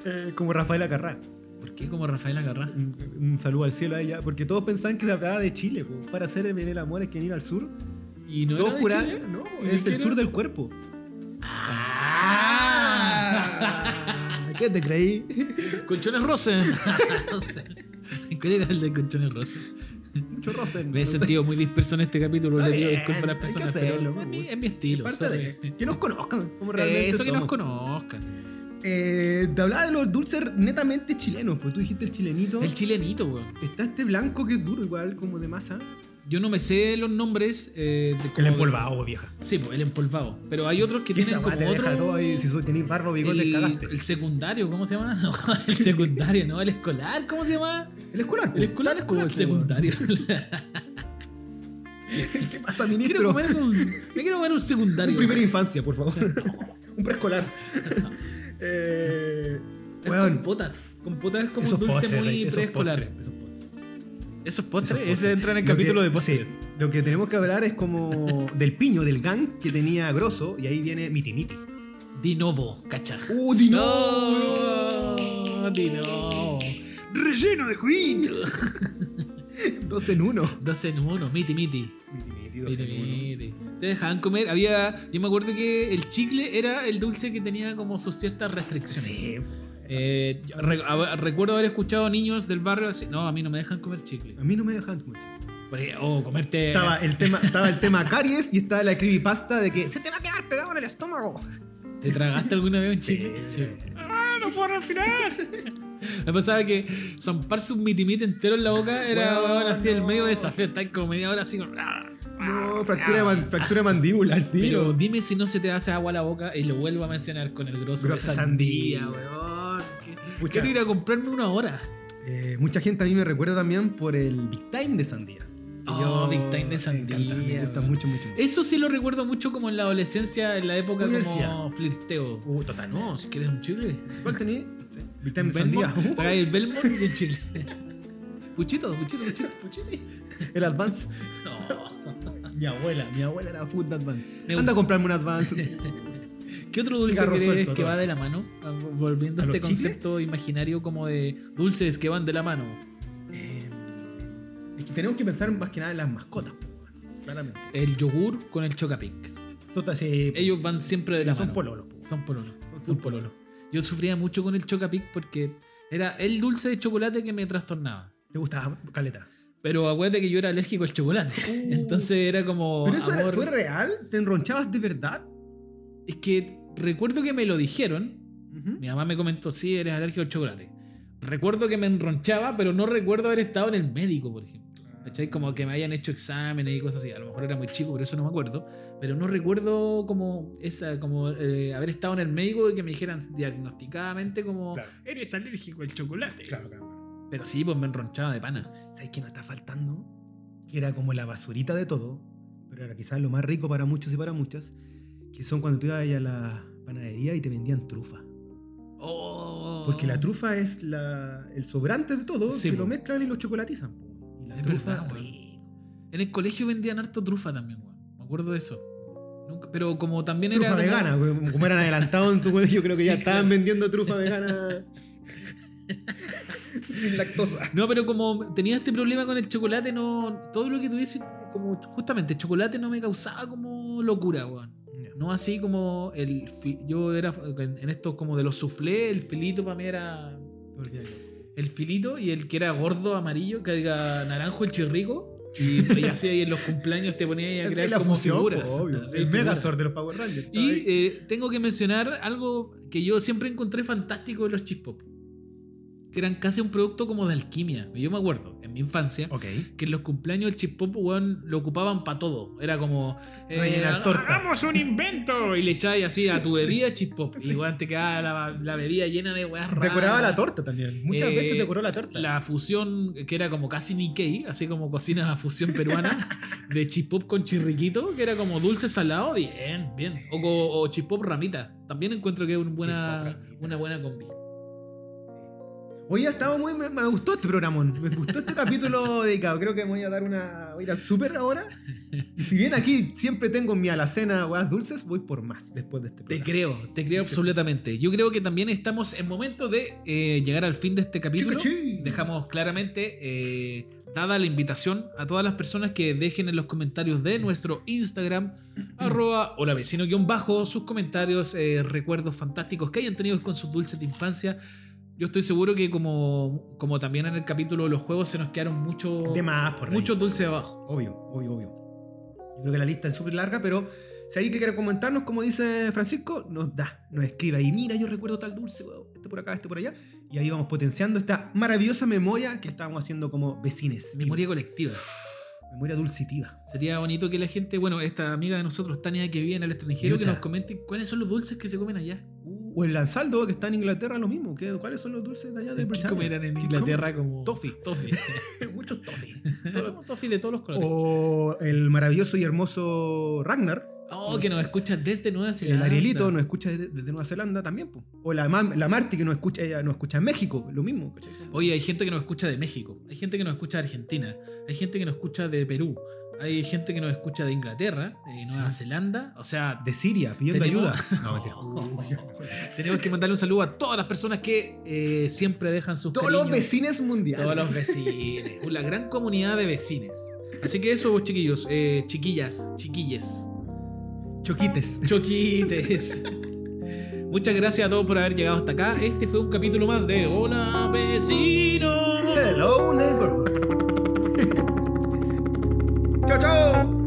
Eh, como Rafael Acarrá.
¿Por qué como Rafael Agarra?
Un, un saludo al cielo a ella. Porque todos pensaban que se hablaba de Chile. po. Para hacer el, el amor es que ir al sur.
Y no
todos
era de Chile?
juraban. No,
¿Y
es
qué
el
era?
sur del cuerpo.
Ah.
¿Qué te creí?
Colchones Rosen. (laughs) No sé. ¿Cuál era el de Colchones Rosen?
Mucho Rosen.
Me he
no sé.
sentido muy disperso en este capítulo,
Está
le pido
bien,
disculpas a las
hay que
personas,
hacerlo,
pero
me
es mi,
gusta.
es mi estilo.
Parte
sorry.
de- que nos conozcan como realmente
Eso que nos
somos.
conozcan.
Eh, te hablaba de los dulces netamente chilenos, pues tú dijiste el chilenito.
El chilenito, weón.
Está este blanco que es duro igual, como de masa.
Yo no me sé los nombres. eh, de como de-
vieja.
Sí, pues, el empolvado. Pero hay otros que
Que esa
tienen
weá
como
te
otro.
deja todo ahí. Si so- tenés barba o bigote,
el,
cagaste.
el secundario, ¿cómo se llama? (laughs) No, el secundario, no, el escolar, ¿cómo se llama?
El escolar.
El
pues,
escolar,
está
o el
pues,
secundario. (laughs)
weón. ¿Qué pasa,
quiero
ministro?
comer un, me quiero comer un secundario.
Un primera infancia, por favor. (laughs) un
(laughs)
preescolar. eh,
Es
weón,
compotas. Compotas es como
esos
un dulce
postres,
muy
esos
preescolar.
postres, esos postres.
Esos postres,
Esos
ese
postres.
entra en el
Lo
capítulo
que-
de postres.
sí, lo que tenemos que hablar es como del piño, del gang que tenía Grosso, y ahí viene Miti Miti.
De novo, cacha.
¡Uh,
No, de novo.
¡Relleno de juguito! (laughs) Dos en uno.
Dos en uno, miti miti.
Miti Miti, dos
Miti,
en uno.
miti. Te dejaban comer, había. Yo me acuerdo que el chicle era el dulce que tenía como sus ciertas restricciones.
Sí.
Eh, yo re- a- recuerdo haber escuchado niños del barrio así, no, a mí no me dejan comer chicle.
A mí no me dejan mucho.
Porque- O comerte...
Estaba el, tema, estaba el
(laughs)
tema caries y estaba la creepypasta de que se te va a quedar pegado en el estómago.
¿Te tragaste alguna vez un chicle?
Sí.
¡Ah, no puedo respirar! Me pasaba que zamparse un mitimite entero en la boca era
Weón,
weón, así el
no.
medio desafío, estar como media hora así como... "Ah,
No, fractura de, man- (laughs) fractura de mandíbula al
Pero
tiro.
dime si no se te hace agua la boca y lo vuelvo a mencionar con el grosso de
Grosso de
sandía,
sandía.
weón. Que-
Pucha.
Quiero ir a comprarme una hora.
Eh, mucha gente a mí me recuerda también por el Big Time de Sandía. Que
Oh, Big Time de
me
sandía,
encanta, me gusta
weón.
mucho, mucho. mucho.
Eso sí lo recuerdo mucho como en la adolescencia, en la época
Universidad.
como flirteo.
Uh, total.
Eh, No, si quieres un chicle.
¿Cuál tenés? Big Time de
Belmont,
(laughs) Sandía.
(laughs)
Uh,
Sacáis el Belmont y el chicle. (laughs) Puchito, puchito, puchito.
El Advance.
No.
(laughs) Mi abuela, mi abuela era food de Advance.
Me
Anda a comprarme un
(laughs)
Advance.
¿Qué otro dulce
Cigarro
crees
suelto,
que
todo.
va de la mano? Ah, Volviendo
¿A
a
los
este
chicles?
concepto imaginario como de dulces que van de la mano.
Eh, es que tenemos que pensar más que nada en las mascotas, po, bueno, claramente.
El yogur con el chocapic.
Total, sí, po,
Ellos van siempre de la
son
mano.
pololos. po.
Son pololos.
Son
Son pololos. Yo sufría mucho con el chocapic porque era el dulce de chocolate que me trastornaba.
¿Te gustaba caleta?
Pero acuérdate que yo era alérgico al chocolate.
Uh.
(laughs) Entonces era como.
¿Pero eso era-
Oh, amor-
fue real? ¿Te enronchabas de verdad?
Es que recuerdo que me lo dijeron.
Ujú.
Mi mamá me comentó, sí, eres alérgico al chocolate. Recuerdo que me enronchaba, pero no recuerdo haber estado en el médico, por ejemplo. ¿Cachai? Como que me hayan hecho exámenes y cosas así. A lo mejor era muy chico, por eso no me acuerdo. Pero no recuerdo como esa, como eh, haber estado en el médico y que me dijeran diagnosticadamente como
Claro.
eres alérgico al chocolate.
Claro, claro.
Pero sí, pues me enronchaba de pana.
¿Sabes qué nos está faltando? Que era como la basurita de todo, pero era quizás lo más rico para muchos y para muchas, que son cuando tú ibas a la panadería y te vendían trufa.
Oh.
Porque la trufa es la, el sobrante de todo,
Sí,
que
po.
lo mezclan y lo chocolatizan. po. Y la
Es
trufa
verdad, weón. En el colegio vendían harto trufa también, weón. Me acuerdo de eso. Nunca- pero como también
Trufa
era. como-
vegana, como- como eran adelantados en tu colegio, creo que ya
Sí,
estaban
claro.
vendiendo trufa
(laughs)
vegana sin lactosa.
No, pero como tenía este problema con el chocolate, no. Todo lo que tuviese, como justamente chocolate no me causaba como locura, weón. No así como el. fi- Yo era. En estos como de los soufflé, el filito para mí era.
Porque-
El filito y el que era gordo, amarillo, que era naranjo, el chirrico.
(laughs)
Y, y así ahí en los cumpleaños te ponía ahí a
Esa
crear
es la
como
función, po,
figuras.
obvio.
Así,
El
figuras.
Megazord de los Power Rangers. estaba
Y
ahí.
eh, tengo que mencionar algo que yo siempre encontré fantástico de los chispop. Que eran casi un producto como de alquimia. Yo me acuerdo, en mi infancia,
ok.
que en los cumpleaños el chispop, weón, lo ocupaban para todo. Era como... eh,
Rellenar torta.
¡Hagamos un invento! Y le echabas así
(laughs)
a tu bebida chispop. Y weón, te quedaba la, la bebida llena de weas raras.
Decoraba la torta también. Muchas
Eh,
veces decoró la torta.
La fusión, que era como casi Nikkei, así como cocina (laughs) a fusión peruana, de chispop con chirriquito, que era como dulce salado, bien, bien. O, co- o chispop ramita, también encuentro que es un
Chispop
buena,
ramita.
una buena combi.
Hoy ya estaba muy. Me, me gustó este programa. Me gustó este
(laughs)
capítulo dedicado. Creo que me voy a dar una. Voy a ir al súper ahora. Y si bien aquí siempre tengo en mi alacena huevas dulces, voy por más después de este
Te
programa.
creo, te creo absolutamente. Yo creo que también estamos en momento de eh, llegar al fin de este capítulo.
Chicachín.
Dejamos claramente eh, dada la invitación a todas las personas que dejen en los comentarios de nuestro
(clears throat)
Instagram, arroba hola vecino guión bajo, sus comentarios, eh, recuerdos fantásticos que hayan tenido con sus dulces de infancia. Yo estoy seguro que como, como también en el capítulo de los juegos se nos quedaron muchos
De más, por ahí.
muchos dulces abajo.
Obvio, obvio, obvio. Yo creo que la lista es súper larga, pero si alguien que quiera comentarnos, como dice Francisco, nos da, nos escribe ahí. Mira, yo recuerdo tal dulce, weón, este por acá, este por allá. Y ahí vamos potenciando esta maravillosa memoria que estábamos haciendo como vecines.
Memoria colectiva.
Memoria dulcitiva.
Sería bonito que la gente, bueno, esta amiga de nosotros, Tania, que vive en el extranjero, que
Yuta.
nos comente cuáles son los dulces que se comen allá.
Uh, O el lanzaldo, que está en Inglaterra, lo mismo. ¿Qué- ¿Cuáles son los dulces de allá de
¿Qué
Bretaña?
comerán en
¿Qué
Inglaterra como...
comen? Toffee. (laughs)
Toffee.
Muchos
(laughs)
toffee. Todos Oh, los-
Todos- Toffee de todos los colores.
O el maravilloso y hermoso Ragnar,
Oh, que nos escucha desde Nueva
El
Zelanda.
Arielito nos escucha desde, desde Nueva Zelanda también, po. O la, Mam- la Marti que nos escucha, ella nos escucha en México, lo mismo, ¿cachai?
Oye, hay gente que nos escucha de México, hay gente que nos escucha de Argentina, hay gente que nos escucha de Perú, hay gente que nos escucha de Inglaterra, de Nueva Zelanda. O sea,
Ah, De Siria, pidiendo
Tenemos-
ayuda.
(laughs)
Oh, No, mentira.
tenemos que mandarle un saludo a todas las personas que eh, siempre dejan sus
Todos los
cariños.
vecinos mundiales.
Todos los vecines. Una gran comunidad de vecines. Así que eso, chiquillos, eh, chiquillas, chiquilles,
Choquites.
choquites. Muchas gracias a todos por haber llegado hasta acá. Este fue un capítulo más de Hola Vecino.
Hello, neighbor. (laughs) chao, chao.